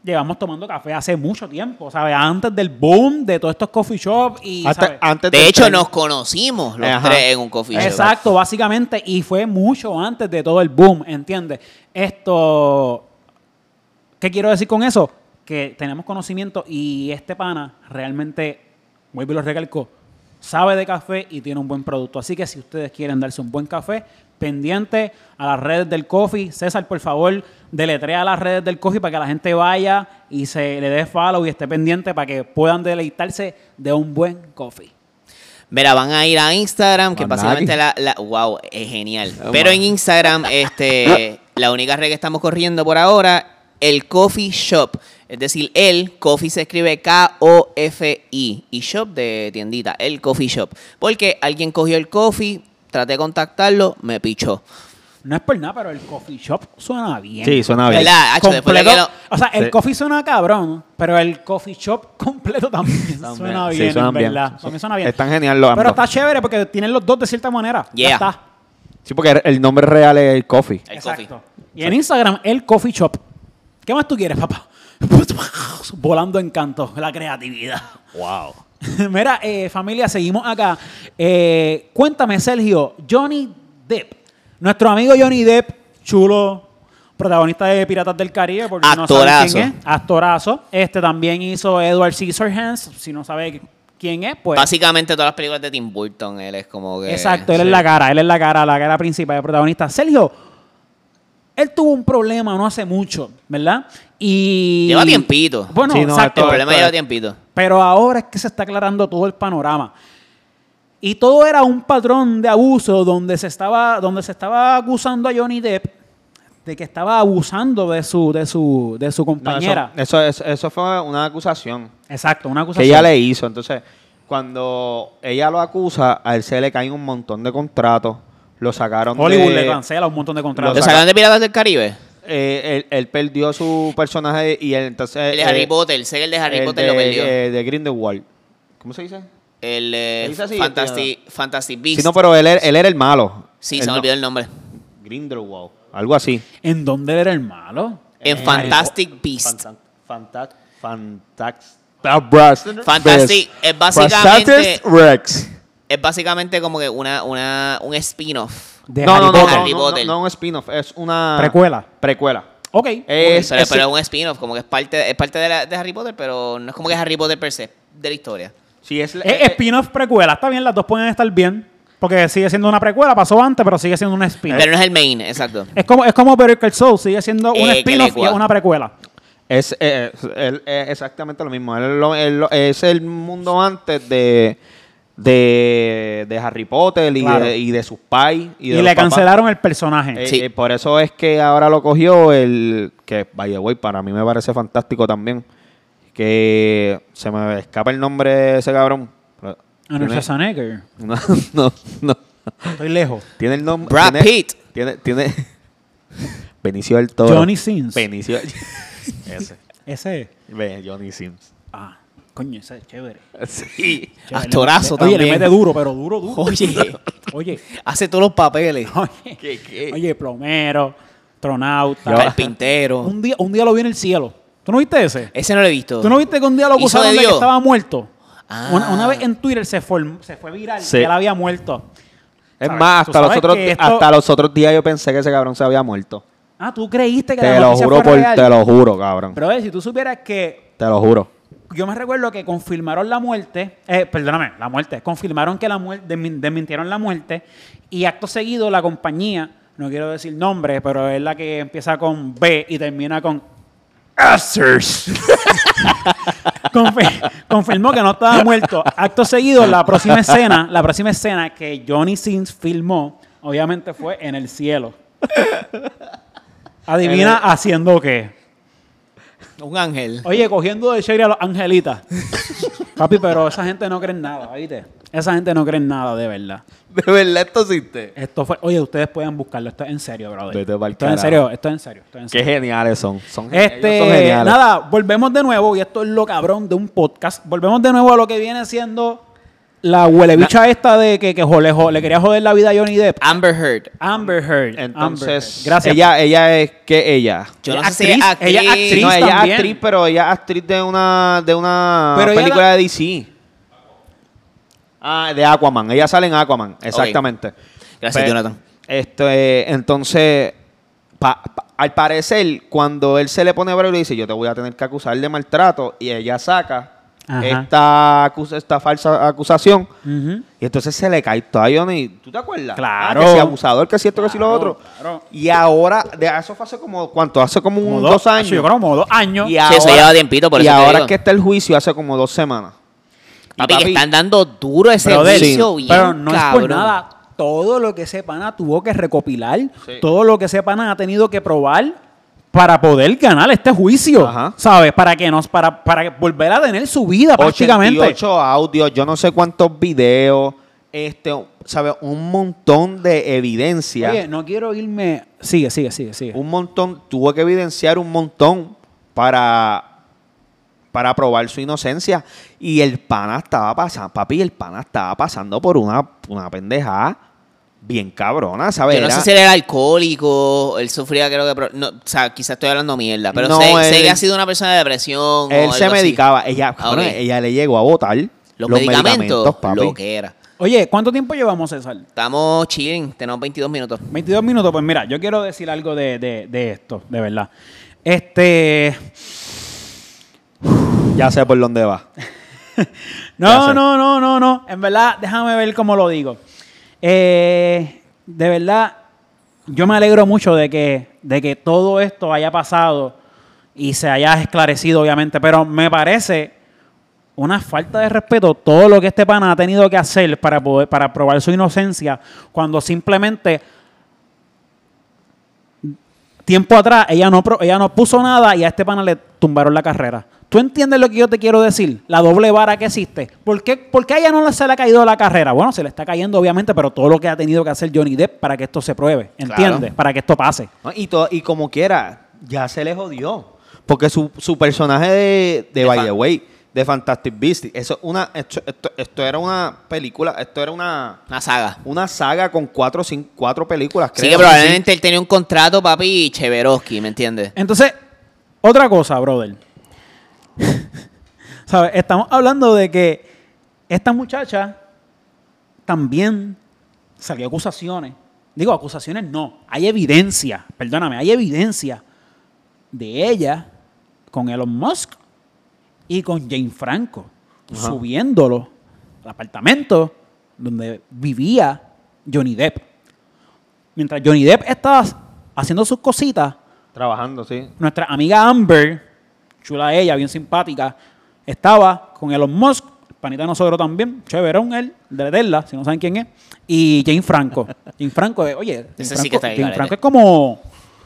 Speaker 1: llevamos tomando café hace mucho tiempo, ¿sabes? Antes del boom de todos estos coffee shops y...
Speaker 3: Hasta-
Speaker 1: ¿sabes?
Speaker 3: antes
Speaker 2: De
Speaker 3: del
Speaker 2: hecho,
Speaker 3: tren.
Speaker 2: nos conocimos los
Speaker 3: Ajá.
Speaker 2: tres en un coffee shop.
Speaker 1: Exacto, básicamente, y fue mucho antes de todo el boom, ¿entiendes? Esto, ¿qué quiero decir con eso? Que tenemos conocimiento y este pana realmente, vuelvo y lo recalco, sabe de café y tiene un buen producto. Así que si ustedes quieren darse un buen café, pendiente a las redes del coffee. César, por favor, deletrea las redes del coffee para que la gente vaya y se le dé follow y esté pendiente para que puedan deleitarse de un buen coffee.
Speaker 2: Mira, van a ir a Instagram, que
Speaker 3: Van
Speaker 2: básicamente la,
Speaker 3: aquí.
Speaker 2: la- Wow, es genial.
Speaker 3: Oh,
Speaker 2: Pero
Speaker 3: man.
Speaker 2: en Instagram, este, la única red que estamos corriendo por ahora, el Coffee Shop. Es decir, el Coffee se escribe K-O-F-I y Shop de tiendita, el Coffee Shop. Porque alguien cogió el coffee, traté de contactarlo, me pichó.
Speaker 1: No es por nada, pero el coffee shop suena bien.
Speaker 3: Sí, suena bien.
Speaker 2: ¿Verdad? Hacho, Ah, después de que
Speaker 1: Completo-
Speaker 2: lo-
Speaker 1: O sea, el
Speaker 3: Sí.
Speaker 1: coffee suena cabrón, pero el coffee shop completo también,
Speaker 3: También.
Speaker 1: suena
Speaker 3: Sí,
Speaker 1: bien,
Speaker 3: suenan
Speaker 1: en
Speaker 3: bien.
Speaker 1: verdad. También suena bien.
Speaker 3: Están genial los
Speaker 1: Pero
Speaker 3: ambos.
Speaker 1: está chévere porque tienen los dos de cierta manera. Ya
Speaker 2: Yeah.
Speaker 1: está.
Speaker 3: Sí, porque el nombre real es el coffee.
Speaker 2: El Coffee.
Speaker 1: Y en Instagram, el coffee shop. ¿Qué más tú quieres, papá? Volando encanto, la creatividad.
Speaker 3: Wow.
Speaker 1: Mira, eh, familia, seguimos acá. Eh, cuéntame, Sergio, Johnny Depp. Nuestro amigo Johnny Depp, chulo, protagonista de Piratas del Caribe, porque no saben
Speaker 2: Actorazo.
Speaker 1: quién es. Actorazo. Este también hizo Edward Scissorhands. Si no sabe quién es, pues.
Speaker 2: Básicamente todas las películas de Tim Burton, él es como que...
Speaker 1: Exacto, él es
Speaker 2: Pues, sí.
Speaker 1: la cara, él es la cara, la cara principal del protagonista. Sergio, él tuvo un problema no hace mucho, ¿verdad? Y.
Speaker 2: Lleva tiempito.
Speaker 1: Bueno,
Speaker 3: Sí, no,
Speaker 1: exacto.
Speaker 2: El problema
Speaker 3: Todo,
Speaker 2: lleva
Speaker 3: todo.
Speaker 2: tiempito.
Speaker 1: Pero ahora es que se está aclarando todo el panorama. Y todo era un patrón de abuso donde se estaba, donde se estaba acusando a Johnny Depp de que estaba abusando de su, de su, de su compañera.
Speaker 3: eso, eso, eso fue una acusación
Speaker 1: Exacto, una
Speaker 3: que
Speaker 1: acusación.
Speaker 3: ella le hizo. Entonces, cuando ella lo acusa, a él se le caen un montón de contratos. Lo sacaron
Speaker 1: Hollywood
Speaker 3: de...
Speaker 1: le cancela un montón de contratos.
Speaker 2: ¿Lo sacan de Piratas del Caribe?
Speaker 3: Eh, él, él perdió su personaje y él, entonces...
Speaker 2: El de Harry
Speaker 3: eh,
Speaker 2: Potter, sé que el de Harry
Speaker 3: el
Speaker 2: Potter
Speaker 3: de,
Speaker 2: lo perdió.
Speaker 3: eh, de Grindelwald. ¿Cómo se dice?
Speaker 2: El
Speaker 3: ¿Le
Speaker 2: eh,
Speaker 3: dice así?
Speaker 2: Fantastic, Fantastic Beast.
Speaker 3: Sí, no, pero él, era- él era el malo.
Speaker 2: Sí,
Speaker 3: Él
Speaker 2: se me
Speaker 3: no-
Speaker 2: olvidó el nombre.
Speaker 3: Grindelwald, algo así.
Speaker 1: ¿En dónde él era el malo?
Speaker 2: En
Speaker 3: Eh,
Speaker 2: Fantastic Beast.
Speaker 3: Fantastic. Fantastic.
Speaker 1: Pues,
Speaker 2: Fantastic, es básicamente-
Speaker 3: Fantastic Rex.
Speaker 2: Es básicamente como que una, una, un spin-off.
Speaker 1: De
Speaker 3: no,
Speaker 1: Harry
Speaker 3: no, no,
Speaker 1: Potter.
Speaker 3: no,
Speaker 2: Harry
Speaker 3: no,
Speaker 2: Potter.
Speaker 3: no, no, un spin-off, es una.
Speaker 1: Precuela.
Speaker 3: Precuela.
Speaker 1: Ok.
Speaker 2: Eh,
Speaker 3: Es,
Speaker 2: pero,
Speaker 3: es-
Speaker 2: pero es un spin-off, como que es parte, es parte de, la- de Harry Potter, pero no es como que es Harry Potter per se, de la eh, historia.
Speaker 3: sí, es, eh,
Speaker 1: Es spin-off precuela. Está bien, las dos pueden estar bien. Porque sigue siendo una precuela, pasó antes, pero sigue siendo una spin-off.
Speaker 2: Pero no es el main, exacto.
Speaker 1: Es como, es como Better Call Saul, sigue siendo un
Speaker 2: Eh, que le
Speaker 1: spin-off y
Speaker 2: cua-
Speaker 1: es una precuela.
Speaker 3: es, eh, es- él es exactamente lo mismo. Él lo- él lo- es el mundo antes de, de, de Harry Potter y,
Speaker 1: Claro.
Speaker 3: de, y de sus pais. Y,
Speaker 1: Y,
Speaker 3: de los
Speaker 1: le
Speaker 3: papás.
Speaker 1: cancelaron el personaje.
Speaker 3: Eh,
Speaker 2: Sí.
Speaker 3: eh, por eso es que ahora lo cogió el que by the way, para mí me parece fantástico también que se me escapa el nombre de ese cabrón. Pero-
Speaker 1: Arnold
Speaker 3: tiene-
Speaker 1: Schwarzenegger.
Speaker 3: No, no, no.
Speaker 1: Estoy lejos.
Speaker 3: Tiene el nombre
Speaker 2: Brad
Speaker 3: tiene,
Speaker 2: Pitt.
Speaker 3: Tiene tiene Benicio del Toro.
Speaker 1: Johnny Sins.
Speaker 3: Benicio ese.
Speaker 1: Ese.
Speaker 3: Ve, Johnny Sims.
Speaker 1: Ah, coño, ese es chévere.
Speaker 3: Sí.
Speaker 1: Chévere,
Speaker 2: Actorazo
Speaker 1: le- le- Oye, le
Speaker 2: también.
Speaker 1: mete duro, pero duro, duro.
Speaker 2: Oye,
Speaker 1: Oye,
Speaker 2: hace todos los papeles.
Speaker 1: oye.
Speaker 3: ¿Qué, qué?
Speaker 1: Oye, plomero, tronauta.
Speaker 2: Carpintero.
Speaker 1: Un día, un día lo vi en el cielo. ¿Tú no viste ese?
Speaker 2: Ese no lo he visto.
Speaker 1: ¿Tú no viste que un día lo
Speaker 2: Hizo
Speaker 1: acusaron
Speaker 2: de
Speaker 1: de que
Speaker 2: Dios.
Speaker 1: estaba muerto?
Speaker 2: Ah.
Speaker 1: Una, una vez en Twitter se, form- se fue viral
Speaker 3: Sí.
Speaker 1: que él había muerto.
Speaker 3: Es
Speaker 1: Sabes,
Speaker 3: más,
Speaker 1: tú
Speaker 3: hasta los,
Speaker 1: sabes
Speaker 3: otros,
Speaker 1: que esto-
Speaker 3: hasta los otros días yo pensé que ese cabrón se había muerto.
Speaker 1: Ah, ¿tú creíste que
Speaker 3: Te
Speaker 1: la
Speaker 3: lo
Speaker 1: noticia
Speaker 3: juro
Speaker 1: fue
Speaker 3: por,
Speaker 1: real?
Speaker 3: te lo juro, cabrón.
Speaker 1: Pero eh, si tú supieras que
Speaker 3: Te lo juro.
Speaker 1: Yo me recuerdo que confirmaron la muerte, eh, perdóname, la muerte, confirmaron que la muerte, desmintieron la muerte y acto seguido la compañía, no quiero decir nombre, pero es la que empieza con B y termina con
Speaker 3: Asters.
Speaker 1: Confe- confirmó que no estaba muerto. Acto seguido, la próxima escena, la próxima escena que Johnny Sins filmó, obviamente fue en el cielo. Adivina haciendo qué.
Speaker 2: Un ángel.
Speaker 1: Oye, cogiendo de Sherry a los angelitas. Papi, pero esa gente no cree en nada, ¿viste? Esa gente no cree en nada, de verdad.
Speaker 3: De verdad, esto existe.
Speaker 1: Esto fue, oye, ustedes pueden buscarlo, esto es en serio, brother.
Speaker 3: Vete pa'l
Speaker 1: esto es en
Speaker 3: carajo.
Speaker 1: serio, esto es en serio, esto es en
Speaker 3: Qué
Speaker 1: serio.
Speaker 3: geniales son. son gen- ellos son
Speaker 1: Este,
Speaker 3: geniales.
Speaker 1: nada, volvemos de nuevo, y esto es lo cabrón de un podcast. Volvemos de nuevo a lo que viene siendo la huelebicha esta de que, que jole- jo- le quería joder la vida a Johnny Depp.
Speaker 2: Amber Heard.
Speaker 1: Amber Heard. Amber Heard.
Speaker 3: Entonces,
Speaker 1: Gracias.
Speaker 3: Ella, ella es que ella.
Speaker 2: Yo
Speaker 1: Ella
Speaker 2: no sé si
Speaker 1: actriz,
Speaker 2: es actriz.
Speaker 1: ella actriz.
Speaker 3: no, ella es
Speaker 1: también.
Speaker 3: actriz, pero ella es actriz de una, de una
Speaker 1: Pero ella
Speaker 3: película
Speaker 1: la-
Speaker 3: de DC. Ah, de Aquaman. Ella sale en Aquaman, exactamente. Pues,
Speaker 1: Pues,
Speaker 2: Gracias, Jonathan.
Speaker 3: Este, entonces, pa- pa- al parecer, cuando él se le pone bravo y le dice, yo te voy a tener que acusar de maltrato, y ella saca
Speaker 1: Ajá.
Speaker 3: esta, acus- esta falsa acusación,
Speaker 1: Ujú.
Speaker 3: y entonces se le cae todo a Johnny. ¿Tú te acuerdas?
Speaker 1: Claro.
Speaker 3: Ah, que si abusador, que si esto, que si lo
Speaker 1: Claro,
Speaker 3: otro.
Speaker 1: claro.
Speaker 3: Y ahora, de eso fue hace como, ¿cuánto? Hace como,
Speaker 1: Como
Speaker 3: un-
Speaker 1: dos-
Speaker 3: dos años.
Speaker 1: Yo creo como dos años.
Speaker 3: Y
Speaker 2: Sí, eso lleva tiempito, por
Speaker 3: y
Speaker 2: eso te
Speaker 3: ahora
Speaker 2: digo.
Speaker 3: es que está el juicio hace como dos semanas. Y
Speaker 2: Papi, que están dando duro ese
Speaker 1: Brother,
Speaker 2: juicio bien,
Speaker 1: pero no es
Speaker 2: cabrón.
Speaker 1: por nada. Todo lo que ese pana tuvo que recopilar,
Speaker 3: Sí.
Speaker 1: todo lo que ese pana ha tenido que probar para poder ganar este juicio,
Speaker 3: Ajá.
Speaker 1: ¿sabes? Para que nos, para, para volver a tener su vida prácticamente.
Speaker 3: 88 audios, yo no sé cuántos videos, este, ¿sabes? Un montón de evidencia.
Speaker 1: Oye, no quiero irme. Sigue, sigue, sigue, sigue.
Speaker 3: Un montón, tuvo que evidenciar un montón para, para probar su inocencia. Y el pana estaba pasando, papi, el pana estaba pasando por una, una pendejada bien cabrona, ¿sabes?
Speaker 2: Yo no sé
Speaker 3: Era-
Speaker 2: si él era alcohólico, él sufría, creo que. pro- No, o sea, quizás estoy hablando mierda, pero
Speaker 3: No,
Speaker 2: sé, sé
Speaker 3: él-
Speaker 2: que ha sido una persona de depresión. o
Speaker 3: él
Speaker 2: algo
Speaker 3: se
Speaker 2: así.
Speaker 3: medicaba, ella,
Speaker 2: Ah,
Speaker 3: bueno,
Speaker 2: ok.
Speaker 3: ella le llegó a botar
Speaker 2: Los,
Speaker 3: los,
Speaker 2: medicamentos,
Speaker 3: papi.
Speaker 2: lo que era.
Speaker 1: Oye, ¿cuánto tiempo llevamos, César?
Speaker 2: Estamos chilling, tenemos 22 minutos.
Speaker 1: 22 minutos, pues mira, yo quiero decir algo de, de- de esto, de verdad. Este.
Speaker 3: Ya sé por dónde va. Ya
Speaker 1: No,
Speaker 3: sé.
Speaker 1: no, no, no, no. En verdad, déjame ver cómo lo digo. Eh, de verdad, yo me alegro mucho de que, de que todo esto haya pasado y se haya esclarecido, obviamente, pero me parece una falta de respeto todo lo que este pana ha tenido que hacer para poder para probar su inocencia cuando simplemente tiempo atrás ella no pro- ella no puso nada y a este pana le tumbaron la carrera. ¿Tú entiendes lo que yo te quiero decir? La doble vara que existe. ¿Por qué, por qué a ella no le- se le ha caído la carrera? Bueno, se le está cayendo obviamente, pero todo lo que ha tenido que hacer Johnny Depp para que esto se pruebe, ¿entiendes?
Speaker 2: Claro.
Speaker 1: Para que esto pase.
Speaker 3: No, Y, to- y como quiera, ya se le jodió. Porque su, su personaje de, de By
Speaker 2: fan-
Speaker 3: the Way, de Fantastic Beasts, eso es una, esto, esto- esto era una película, esto era una,
Speaker 2: Una saga.
Speaker 3: una saga con cuatro, cin- cuatro películas,
Speaker 2: Sí,
Speaker 3: creo.
Speaker 2: que probablemente él tenía un contrato, papi, Cheveroski, ¿me entiendes?
Speaker 1: Entonces, otra cosa, brother. ¿Sabes? Estamos hablando de que esta muchacha también salió acusaciones. Digo, acusaciones no. Hay evidencia, perdóname, hay evidencia de ella con Elon Musk y con Jane Franco
Speaker 3: Ajá.
Speaker 1: subiéndolo al apartamento donde vivía Johnny Depp. Mientras Johnny Depp estaba haciendo sus cositas,
Speaker 3: Trabajando, sí.
Speaker 1: nuestra amiga Amber, chula ella, bien simpática, estaba con Elon Musk, panita de nosotros también, chéverón él, de Tesla, si no saben quién es, y Jane Franco. Jane Franco, eh, oye, Jane
Speaker 2: Ese
Speaker 1: Franco,
Speaker 2: sí que está ahí,
Speaker 1: Jane
Speaker 2: garete.
Speaker 1: Franco es como,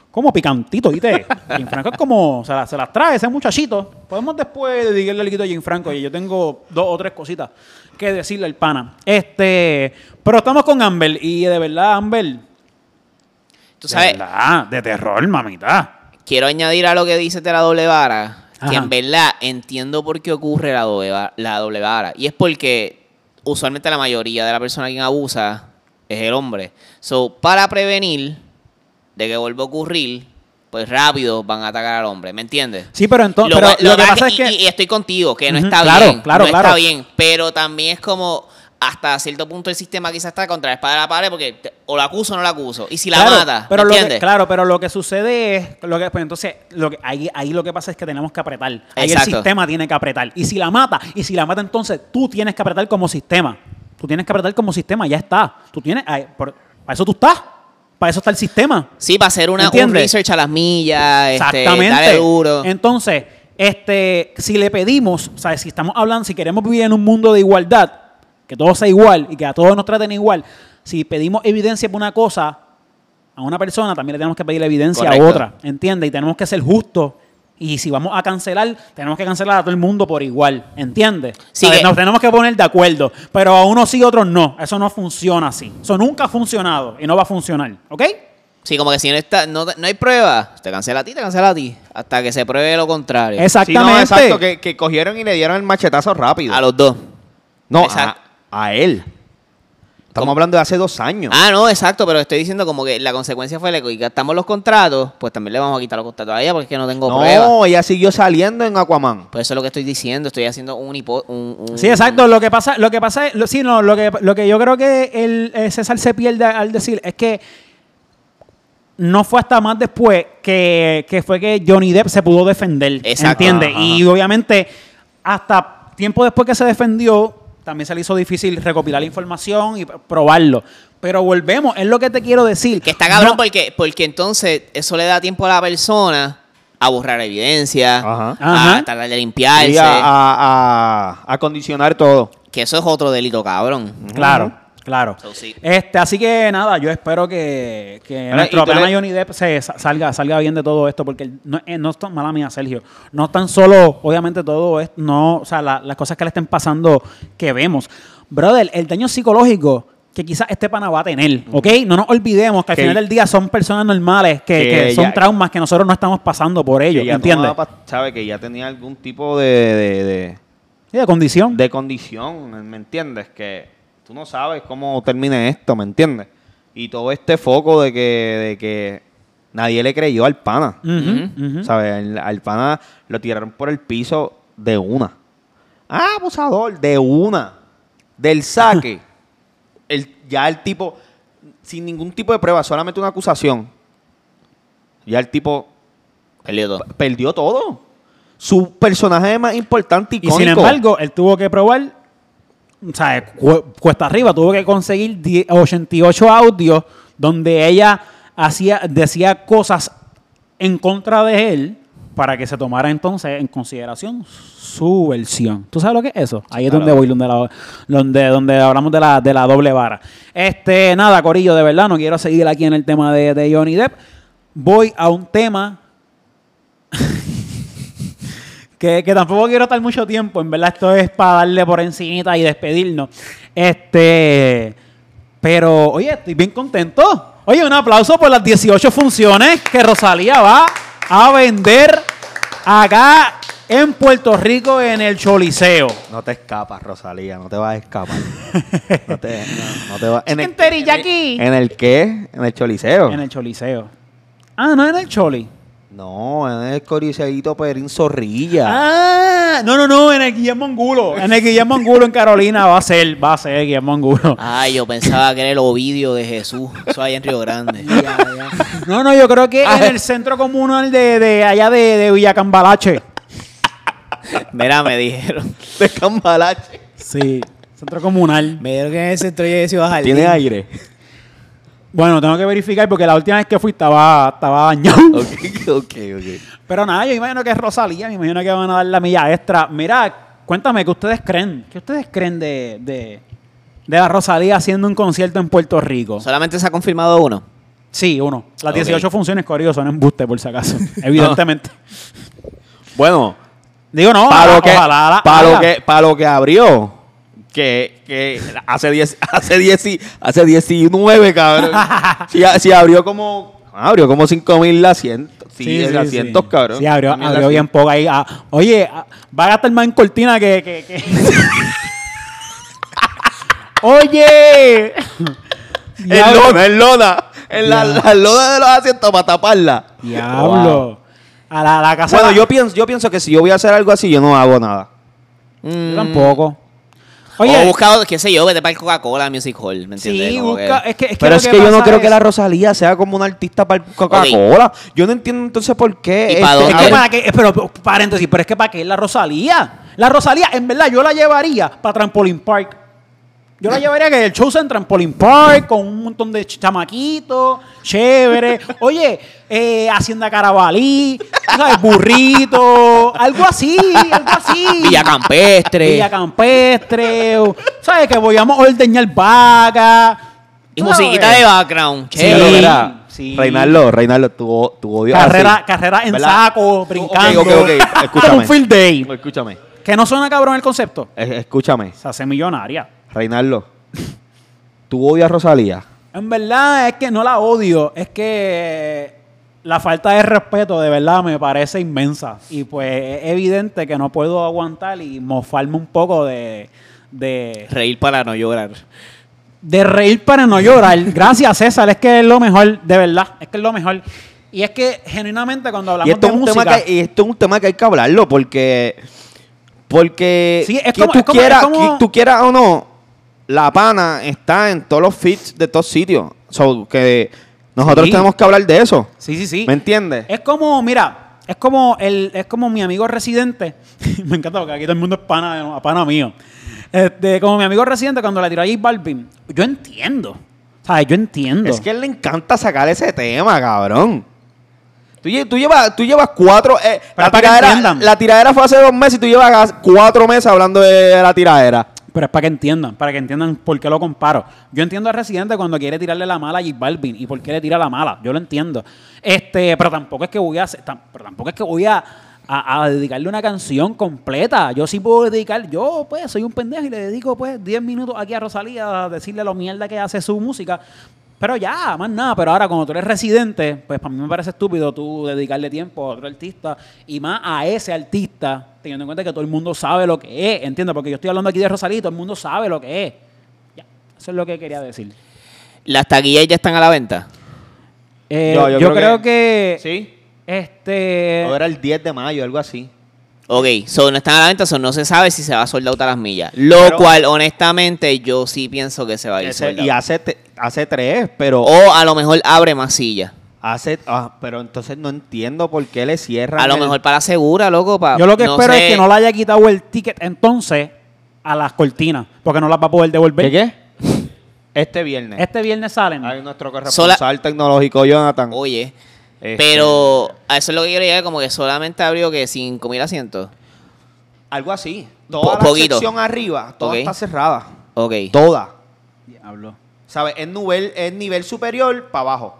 Speaker 1: como picantito, ¿viste? Jane Franco es como, se, la- se las trae ese muchachito. Podemos después dedicarle el quito a Jane Franco, y yo tengo dos o tres cositas que decirle al pana. Este, pero estamos con Amber, y de verdad, Amber,
Speaker 2: Tú sabes,
Speaker 1: de verdad, de terror, mamita.
Speaker 2: quiero añadir a lo que dice de la doble vara,
Speaker 1: Ajá.
Speaker 2: que en verdad entiendo por qué ocurre la doble, va- la doble vara. Y es porque usualmente la mayoría de la persona quien abusa es el hombre. So, para prevenir de que vuelva a ocurrir, pues rápido van a atacar al hombre, ¿me entiendes?
Speaker 1: Sí, pero entonces,
Speaker 2: Lo,
Speaker 1: pero
Speaker 2: lo
Speaker 1: lo que pasa
Speaker 2: y,
Speaker 1: es que...
Speaker 2: y- y estoy contigo, que no
Speaker 1: Ujú,
Speaker 2: está
Speaker 1: claro,
Speaker 2: bien.
Speaker 1: claro,
Speaker 2: no
Speaker 1: claro.
Speaker 2: está bien. Pero también es como hasta cierto punto el sistema quizás está contra la espada de la pared porque te- o la acuso o no la acuso. Y si la mata,
Speaker 1: pero
Speaker 2: ¿me
Speaker 1: lo que-
Speaker 2: entiendes?
Speaker 1: claro, pero lo que sucede es, lo que, pues entonces, lo que, ahí, ahí lo que pasa es que tenemos que apretar. Ahí el
Speaker 2: Exacto.
Speaker 1: sistema tiene que apretar. Y si la mata, y si la mata, entonces tú tienes que apretar como sistema. Tú tienes que apretar como sistema, ya está. Tú tienes, ahí, por- para eso tú estás. Para eso está el sistema.
Speaker 2: Sí, para hacer una, un
Speaker 1: ¿Entiendes?
Speaker 2: research a las millas, este,
Speaker 1: Exactamente.
Speaker 2: darle duro.
Speaker 1: Entonces, este, si le pedimos, o sea, si estamos hablando, si queremos vivir en un mundo de igualdad, que todo sea igual y que a todos nos traten igual, si pedimos evidencia por una cosa a una persona, también le tenemos que pedir la evidencia
Speaker 2: Correcto.
Speaker 1: a otra, ¿entiendes? Y tenemos que ser justos. Y si vamos a cancelar, tenemos que cancelar a todo el mundo por igual, ¿entiendes?
Speaker 2: Sí,
Speaker 1: O sea,
Speaker 2: que-
Speaker 1: Nos tenemos que poner de acuerdo, pero a unos sí, a otros no. Eso no funciona así. Eso nunca ha funcionado y no va a funcionar, ¿ok?
Speaker 2: Sí, como que si no, está, no, no hay prueba, te cancela a ti, te cancela a ti. Hasta que se pruebe lo contrario.
Speaker 1: Exactamente.
Speaker 3: Sí, no, exacto, que, que cogieron y le dieron el machetazo rápido.
Speaker 2: A los dos.
Speaker 3: no, a,
Speaker 2: Exacto.
Speaker 3: a él. Estamos
Speaker 2: ¿Cómo?
Speaker 3: hablando de hace dos años.
Speaker 2: Ah, no, exacto, pero estoy diciendo como que la consecuencia fue le quitamos los contratos, pues también le vamos a quitar los contratos a ella porque es que no tengo
Speaker 3: no,
Speaker 2: prueba.
Speaker 3: ella siguió saliendo en Aquaman.
Speaker 2: Pues eso es lo que estoy diciendo, estoy haciendo un hipo... un- un-
Speaker 1: Sí, exacto. Lo que pasa, lo que pasa es, lo- sí, no, lo que, lo que yo creo que el eh, César se pierde al decir es que no fue hasta más después que, que fue que Johnny Depp se pudo defender.
Speaker 2: Exacto.
Speaker 1: ¿Entiendes?
Speaker 3: Ajá.
Speaker 1: Y obviamente, hasta tiempo después que se defendió, también se le hizo difícil recopilar la información y pr- probarlo. Pero volvemos, es lo que te quiero decir.
Speaker 2: Que está cabrón
Speaker 1: No-
Speaker 2: porque, porque entonces eso le da tiempo a la persona a borrar evidencia,
Speaker 3: Ajá.
Speaker 2: a
Speaker 1: Ajá.
Speaker 2: tratar de
Speaker 3: Y
Speaker 2: limpiarse.
Speaker 3: a, a- a- a condicionar todo.
Speaker 2: Que eso es otro delito, cabrón.
Speaker 1: Claro, claro.
Speaker 2: So, sí.
Speaker 1: Este, así que nada, yo espero que, que
Speaker 3: Mira, y
Speaker 1: nuestro
Speaker 3: tú
Speaker 1: pana
Speaker 3: le-
Speaker 1: Johnny Depp se sa- salga, salga bien de todo esto, porque no, eh, no es tan mala mía, Sergio. No tan solo, obviamente, todo esto, no, o sea, la- las cosas que le estén pasando que vemos. Brother, el daño psicológico que quizás este pana va a tener, ¿ok? No nos olvidemos que al
Speaker 3: Que-
Speaker 1: final del día son personas normales, que,
Speaker 3: Que
Speaker 1: que son
Speaker 3: ya-
Speaker 1: traumas que nosotros no estamos pasando por ellos,
Speaker 3: Que ya
Speaker 1: ¿entiendes?
Speaker 3: tomaba pa- sabe que ya tenía algún tipo de, de- de-
Speaker 1: Sí, de condición.
Speaker 3: de condición, ¿me entiendes? Que tú no sabes cómo termine esto, ¿me entiendes? Y todo este foco de que, de que nadie le creyó al pana.
Speaker 1: Ujú, ujú.
Speaker 3: ¿Sabes? Al, al pana lo tiraron por el piso de una. Ah, abusador, de una. Del saque. el, ya el tipo, sin ningún tipo de prueba, solamente una acusación. Ya el tipo
Speaker 2: Perdió todo.
Speaker 3: perdió todo. Su personaje más importante,
Speaker 1: Y
Speaker 3: icónico.
Speaker 1: sin embargo, él tuvo que probar, o sea, cu- cuesta arriba, tuvo que conseguir die- 88 audios donde ella hacía, decía cosas en contra de él para que se tomara entonces en consideración su versión. ¿Tú sabes lo que es eso? Ahí es
Speaker 3: Claro.
Speaker 1: donde voy, donde, la- donde, donde hablamos de la, de la doble vara. Este, nada, Corillo, de verdad, no quiero seguir aquí en el tema de, de Johnny Depp. Voy a un tema que, que tampoco quiero estar mucho tiempo. En verdad, esto es para darle por encimita y despedirnos. Este. Pero, oye, estoy bien contento. Oye, un aplauso por las 18 funciones que Rosalía va a vender acá en Puerto Rico en el Choliseo.
Speaker 3: No te escapas, Rosalía, no te vas a escapar. no te, no, no te vas. En el,
Speaker 1: teriyaki.
Speaker 3: ¿En el qué? ¿En el Choliseo?
Speaker 1: En el Choliseo. Ah, no en el Choli.
Speaker 3: No, en el Coriceito Perín Zorrilla.
Speaker 1: Ah, no, no, no, en el Guillermo Angulo. En el Guillermo Angulo en Carolina va a ser, va a ser Guillermo Angulo.
Speaker 2: Ay, yo pensaba que era el Ovidio de Jesús. Eso ahí en Río Grande.
Speaker 1: No, no, yo creo que
Speaker 2: Ah,
Speaker 1: en el centro comunal de, de allá de, de Villacambalache.
Speaker 2: Mira, me dijeron.
Speaker 3: De Cambalache.
Speaker 1: Sí, centro comunal.
Speaker 2: Me dijeron que en el centro de Ciudad
Speaker 1: Ah,
Speaker 2: Jardín.
Speaker 3: Tiene aire.
Speaker 1: Bueno, tengo que verificar porque la última vez que fui estaba, estaba dañado.
Speaker 3: ok, ok, ok. Pero
Speaker 1: Pero nada, yo imagino que es Rosalía, me imagino que van a dar la milla extra. Mira, cuéntame, ¿qué ustedes creen? ¿Qué ustedes creen de, de, de la Rosalía haciendo un concierto en Puerto Rico?
Speaker 2: Solamente se ha confirmado uno.
Speaker 1: Sí, uno. Las
Speaker 2: Ok.
Speaker 1: 18 funciones, Corillo, son embuste, por si acaso. Evidentemente.
Speaker 3: Bueno,
Speaker 1: Digo, no,
Speaker 3: para
Speaker 1: ojalá-
Speaker 3: lo que,
Speaker 1: ojalá la-
Speaker 3: para lo
Speaker 1: haga.
Speaker 3: que, para lo que abrió, que, que hace 10, hace 10, y- hace 19, cabrón. si, a- si abrió como, abrió como 5000 asientos, sí, asientos, cabrón.
Speaker 1: Sí, abrió,
Speaker 3: 5.000
Speaker 1: abrió bien
Speaker 3: asientos.
Speaker 1: poco ahí. Ah, oye, ah, va a gastar más en cortina que. que- que- oye.
Speaker 3: En
Speaker 1: Diablo.
Speaker 3: lona, en lona, en la,
Speaker 1: Diablo.
Speaker 3: la lona de los asientos para taparla.
Speaker 1: Diablo. A la, la casa.
Speaker 3: Bueno, yo pienso, yo pienso que si yo voy a hacer algo así, yo no hago nada.
Speaker 1: Yo tampoco.
Speaker 3: Mm.
Speaker 2: Oye. O
Speaker 1: Oye,
Speaker 2: buscado, qué sé yo, vete para el Coca-Cola Music Hall, ¿me entiendes?
Speaker 1: sí,
Speaker 2: Como
Speaker 1: busca.
Speaker 2: que-
Speaker 1: Es que, es que
Speaker 3: Pero
Speaker 1: lo
Speaker 3: es que, yo no
Speaker 1: pasa
Speaker 3: creo que
Speaker 1: es-
Speaker 3: la Rosalía sea como una artista para el Coca-Cola. Yo no entiendo entonces por qué.
Speaker 2: ¿Y pa'
Speaker 1: Es
Speaker 2: dónde?
Speaker 1: que
Speaker 2: ver.
Speaker 1: para qué- pero pero, paréntesis, pero es que para qué la Rosalía. La Rosalía, en verdad, yo la llevaría para Trampoline Park. Yo la llevaría que el show sea en Trampoline Park con un montón de ch- chamaquitos, chévere. Oye, eh, Hacienda Carabalí, tú ¿sabes? burrito, algo así, algo así.
Speaker 2: Villa Campestre.
Speaker 1: Villa Campestre, o- ¿sabes? Que vayamos a ordeñar vaca.
Speaker 2: y musiquita de background.
Speaker 1: Sí,
Speaker 2: chévere.
Speaker 3: pero mira,
Speaker 1: sí.
Speaker 3: Reinaldo, Reinaldo, tu, o- tu odio.
Speaker 1: Carrera,
Speaker 3: así,
Speaker 1: carrera en
Speaker 3: Ah, ¿verdad?
Speaker 1: saco, brincando.
Speaker 3: Ok, ok, ok, escúchame.
Speaker 1: un field day.
Speaker 3: Escúchame,
Speaker 1: Que no suena cabrón el concepto.
Speaker 3: es- escúchame.
Speaker 1: Se hace millonaria.
Speaker 3: Reinaldo, tu odio a Rosalía.
Speaker 1: En verdad es que no la odio, es que la falta de respeto de verdad me parece inmensa. Y pues es evidente que no puedo aguantar y mofarme un poco de, de,
Speaker 2: Reír para no llorar.
Speaker 1: de reír para no llorar. Gracias César, es que es lo mejor, de verdad, es que es lo mejor. Y es que genuinamente cuando hablamos
Speaker 3: Y esto,
Speaker 1: de
Speaker 3: es un
Speaker 1: música...
Speaker 3: tema que, y esto es un tema que hay que hablarlo porque. Porque.
Speaker 1: Sí, es
Speaker 3: que
Speaker 1: como-
Speaker 3: tú,
Speaker 1: es como-
Speaker 3: quieras,
Speaker 1: es como-
Speaker 3: que tú quieras o no, la pana está en todos los feeds de todos sitios. So, que nosotros
Speaker 1: Sí.
Speaker 3: tenemos que hablar de eso.
Speaker 1: Sí, sí, sí.
Speaker 3: ¿Me entiendes?
Speaker 1: Es como, mira, es como el, es como mi amigo residente. Me encanta porque aquí todo el mundo es pana, pana mío. Este, como mi amigo residente cuando la tiró a J Balvin. Yo entiendo. O sea, yo entiendo.
Speaker 3: Es que a él le encanta sacar ese tema, cabrón. Tú, lle- tú llevas, tú llevas cuatro. eh,
Speaker 1: Pero para
Speaker 3: la,
Speaker 1: que
Speaker 3: tiradera,
Speaker 1: entiendan.
Speaker 3: la tiradera fue hace dos meses y tú llevas cuatro meses hablando de la tiradera.
Speaker 1: Pero es para que entiendan, para que entiendan por qué lo comparo. Yo entiendo al residente cuando quiere tirarle la mala a J Balvin y por qué le tira la mala. Yo lo entiendo. Este, pero tampoco es que voy a hacer- tam- pero tampoco es que voy a, a- a dedicarle una canción completa. Yo sí puedo dedicar, yo pues soy un pendejo y le dedico pues 10 minutos aquí a Rosalía a decirle lo mierda que hace su música. Pero ya, más nada. Pero ahora, cuando tú eres residente, pues para mí me parece estúpido tú dedicarle tiempo a otro artista y más a ese artista, teniendo en cuenta que todo el mundo sabe lo que es, ¿entiendes? Porque yo estoy hablando aquí de Rosalía y todo el mundo sabe lo que es. Ya, eso es lo que quería decir.
Speaker 2: Las taquillas ya están a la venta.
Speaker 1: Eh,
Speaker 3: Yo-
Speaker 1: yo,
Speaker 3: yo creo
Speaker 1: creo,
Speaker 3: que-
Speaker 1: que.
Speaker 3: Sí.
Speaker 1: Este.
Speaker 3: Ahora el 10 de mayo, algo así.
Speaker 2: Ok, so no están a la venta, so no se sabe si se va a soldar a las millas. Lo
Speaker 3: Pero-
Speaker 2: cual, honestamente, yo sí pienso que se va a ir
Speaker 3: Ese-
Speaker 2: sold out.
Speaker 3: y hace, te- hace tres, pero. oh,
Speaker 2: O a lo mejor abre más sillas.
Speaker 3: Hace, ah, pero entonces no entiendo por qué le cierran.
Speaker 2: A lo
Speaker 3: el-
Speaker 2: mejor para la segura, loco. pa-
Speaker 1: Yo lo que
Speaker 2: ah, no
Speaker 1: espero
Speaker 2: sé.
Speaker 1: es que no le haya quitado el ticket entonces a las cortinas, porque no las va a poder devolver.
Speaker 3: ¿Qué qué? Este viernes.
Speaker 1: Este viernes salen.
Speaker 3: Hay nuestro
Speaker 2: Sola-
Speaker 3: corresponsal tecnológico, Jonathan.
Speaker 2: Oye,
Speaker 3: Este,
Speaker 2: pero a eso es lo que quiero llegar, como que solamente abrió que 5.000 asientos.
Speaker 3: Algo así.
Speaker 2: Po-
Speaker 3: Toda
Speaker 2: poquito.
Speaker 3: la sección arriba, toda
Speaker 2: Ok.
Speaker 3: está cerrada.
Speaker 2: Ok,
Speaker 3: Toda.
Speaker 1: Diablo.
Speaker 3: ¿Sabes? Es nivel, es nivel superior para abajo.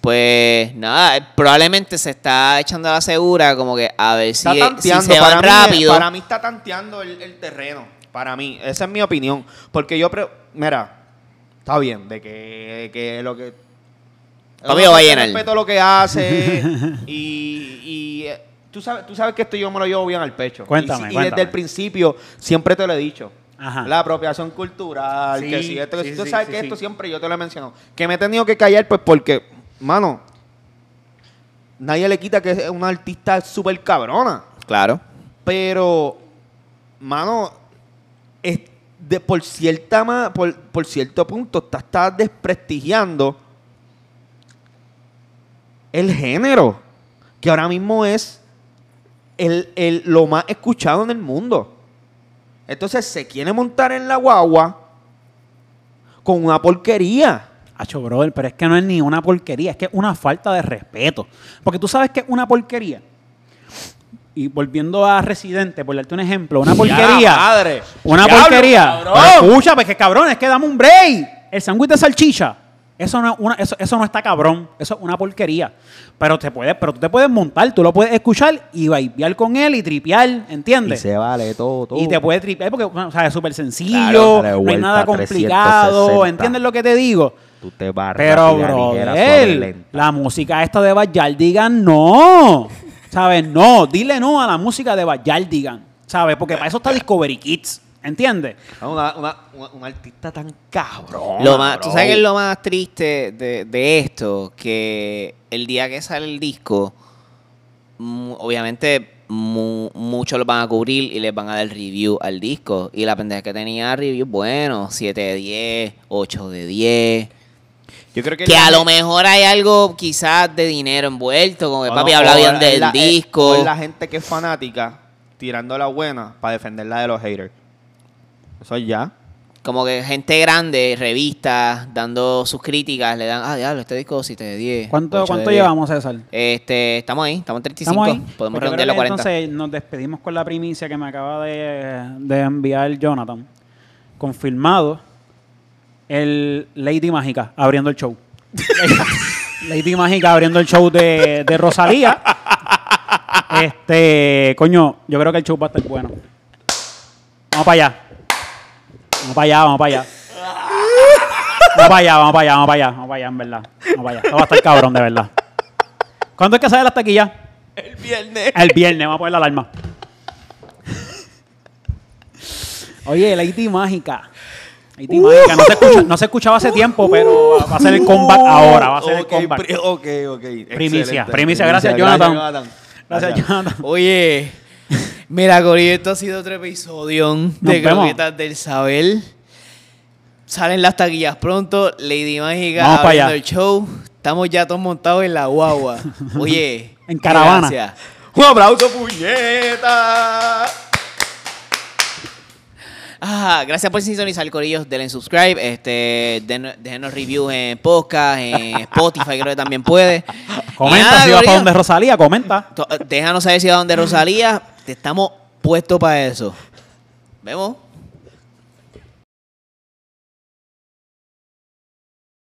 Speaker 2: pues nada, eh, probablemente se está echando a la segura, como que a ver si,
Speaker 3: Está
Speaker 2: si
Speaker 3: tanteando.
Speaker 2: se
Speaker 3: para,
Speaker 2: van
Speaker 3: mí,
Speaker 2: rápido.
Speaker 3: para mí está tanteando el, el terreno. Para mí. Esa es mi opinión. Porque yo. pre- Mira, está bien. De que, de que lo que.
Speaker 2: Papi, lo va a llenar.
Speaker 3: Respeto lo que hace. y. y, eh, Tú sabes, tú sabes que esto yo me lo llevo bien al pecho.
Speaker 1: Cuéntame,
Speaker 3: y, si- y
Speaker 1: cuéntame.
Speaker 3: desde el principio siempre te lo he dicho.
Speaker 1: Ajá.
Speaker 3: La apropiación cultural,
Speaker 1: Sí,
Speaker 3: que si esto, que
Speaker 1: sí,
Speaker 3: si- tú
Speaker 1: sí,
Speaker 3: sabes
Speaker 1: sí,
Speaker 3: que
Speaker 1: sí.
Speaker 3: esto siempre yo te lo he mencionado. Que me he tenido que callar pues porque, mano, nadie le quita que es una artista súper cabrona.
Speaker 2: Claro.
Speaker 3: Pero, mano, es de, por, cierta, ma- por, por cierto punto está, está desprestigiando el género, que ahora mismo es el, el- lo más escuchado en el mundo. Entonces se quiere montar en la guagua con una porquería.
Speaker 1: Acho, brother, pero es que no es ni una porquería, es que es una falta de respeto. Porque tú sabes que es una porquería. Y volviendo a Residente, por darte un ejemplo, una porquería.
Speaker 3: madre!
Speaker 1: Una
Speaker 3: ¡Diablo,
Speaker 1: porquería.
Speaker 3: cabrón!
Speaker 1: Pero escucha, pues que cabrón, es que dame un break. El sándwich de salchicha. Eso no, es una, eso, eso no está cabrón. Eso es una porquería. Pero te puedes, pero tú te puedes montar, tú lo puedes escuchar y bailar con él y tripear, ¿entiendes?
Speaker 3: vale todo,
Speaker 1: Y te puede tripear porque bueno, o sea, es súper sencillo,
Speaker 3: Claro, dale
Speaker 1: no hay
Speaker 3: vuelta
Speaker 1: nada
Speaker 3: 360.
Speaker 1: complicado. ¿Entiendes lo que te digo?
Speaker 3: Tú te vas
Speaker 1: Pero, bro, la música esta de Bayardigan, no. ¿Sabes? No, dile no a la música de Bayardigan. ¿Sabes? Porque para eso está Discovery Kids. ¿Entiendes?
Speaker 3: Una, una, una- una artista tan cabrón.
Speaker 2: Lo más, ¿Tú sabes qué es lo más triste de, de esto? Que el día que sale el disco, mu- obviamente mu- muchos lo van a cubrir y les van a dar review al disco. Y la pendeja que tenía review, bueno, 7 de 10, 8 de 10.
Speaker 3: Yo creo que,
Speaker 2: Que
Speaker 3: la-
Speaker 2: a lo mejor hay algo quizás de dinero envuelto, como que
Speaker 3: o
Speaker 2: papi
Speaker 3: no,
Speaker 2: habla
Speaker 3: o
Speaker 2: bien
Speaker 3: la-
Speaker 2: del
Speaker 3: la- eh,
Speaker 2: disco.
Speaker 3: o la gente que es fanática tirando la buena para defenderla de los haters. Eso ya.
Speaker 2: como que gente grande, revistas, dando sus críticas, le dan, ah, diablo, este disco 7 de 10.
Speaker 1: ¿Cuánto,
Speaker 2: 8 de
Speaker 1: cuánto
Speaker 2: 10".
Speaker 1: llevamos, César?
Speaker 2: Este, estamos ahí, estamos en 35.
Speaker 1: Estamos ahí.
Speaker 2: Podemos
Speaker 1: Porque creo
Speaker 2: redondearlo a
Speaker 1: que
Speaker 2: 40.
Speaker 1: Entonces nos despedimos con la primicia que me acaba de, de enviar Jonathan. Confirmado el Lady Mágica abriendo el show. Lady Mágica abriendo el show de, de Rosalía. Este, coño, yo creo que el show va a estar bueno. Vamos para allá. Vamos para allá, vamos para allá. Vamos para allá, vamos para allá, vamos para allá, vamos para allá, en verdad. Vamos para allá. Esto va a estar cabrón, de verdad. ¿Cuándo es que sale la taquilla?
Speaker 2: El viernes.
Speaker 1: El viernes vamos a poner la alarma. Oye, el Haití mágica. Haití mágica. No se, escucha- no se escuchaba hace tiempo, pero va a ser el combat ahora. Va a ser el
Speaker 3: Ok,
Speaker 1: combat.
Speaker 3: pri- ok, ok.
Speaker 1: Primicia,
Speaker 3: Excelente.
Speaker 1: primicia. Gracias, Jonathan.
Speaker 3: Gracias,
Speaker 1: Gracias, Jonathan.
Speaker 2: Oye, mira, Corillo, esto ha sido otro episodio de
Speaker 1: vemos.
Speaker 2: Croquetas del Saber. Salen las taquillas pronto, Lady Mágica
Speaker 1: Vamos pa'
Speaker 2: abriendo
Speaker 1: allá.
Speaker 2: el show. Estamos ya todos montados en la guagua. Oye,
Speaker 1: En caravana.
Speaker 2: gracias.
Speaker 3: Un aplauso, puñeta.
Speaker 2: Ah, gracias por sintonizar, Corillos. Denle subscribe. Este, den- déjenos reviews en podcast, en Spotify, creo que también puede. Y
Speaker 1: Comenta
Speaker 2: nada,
Speaker 1: si vas
Speaker 2: corillo,
Speaker 1: para donde Rosalía, comenta.
Speaker 2: to- Déjanos saber si va donde Rosalía. Te estamos puestos para eso. Vemos.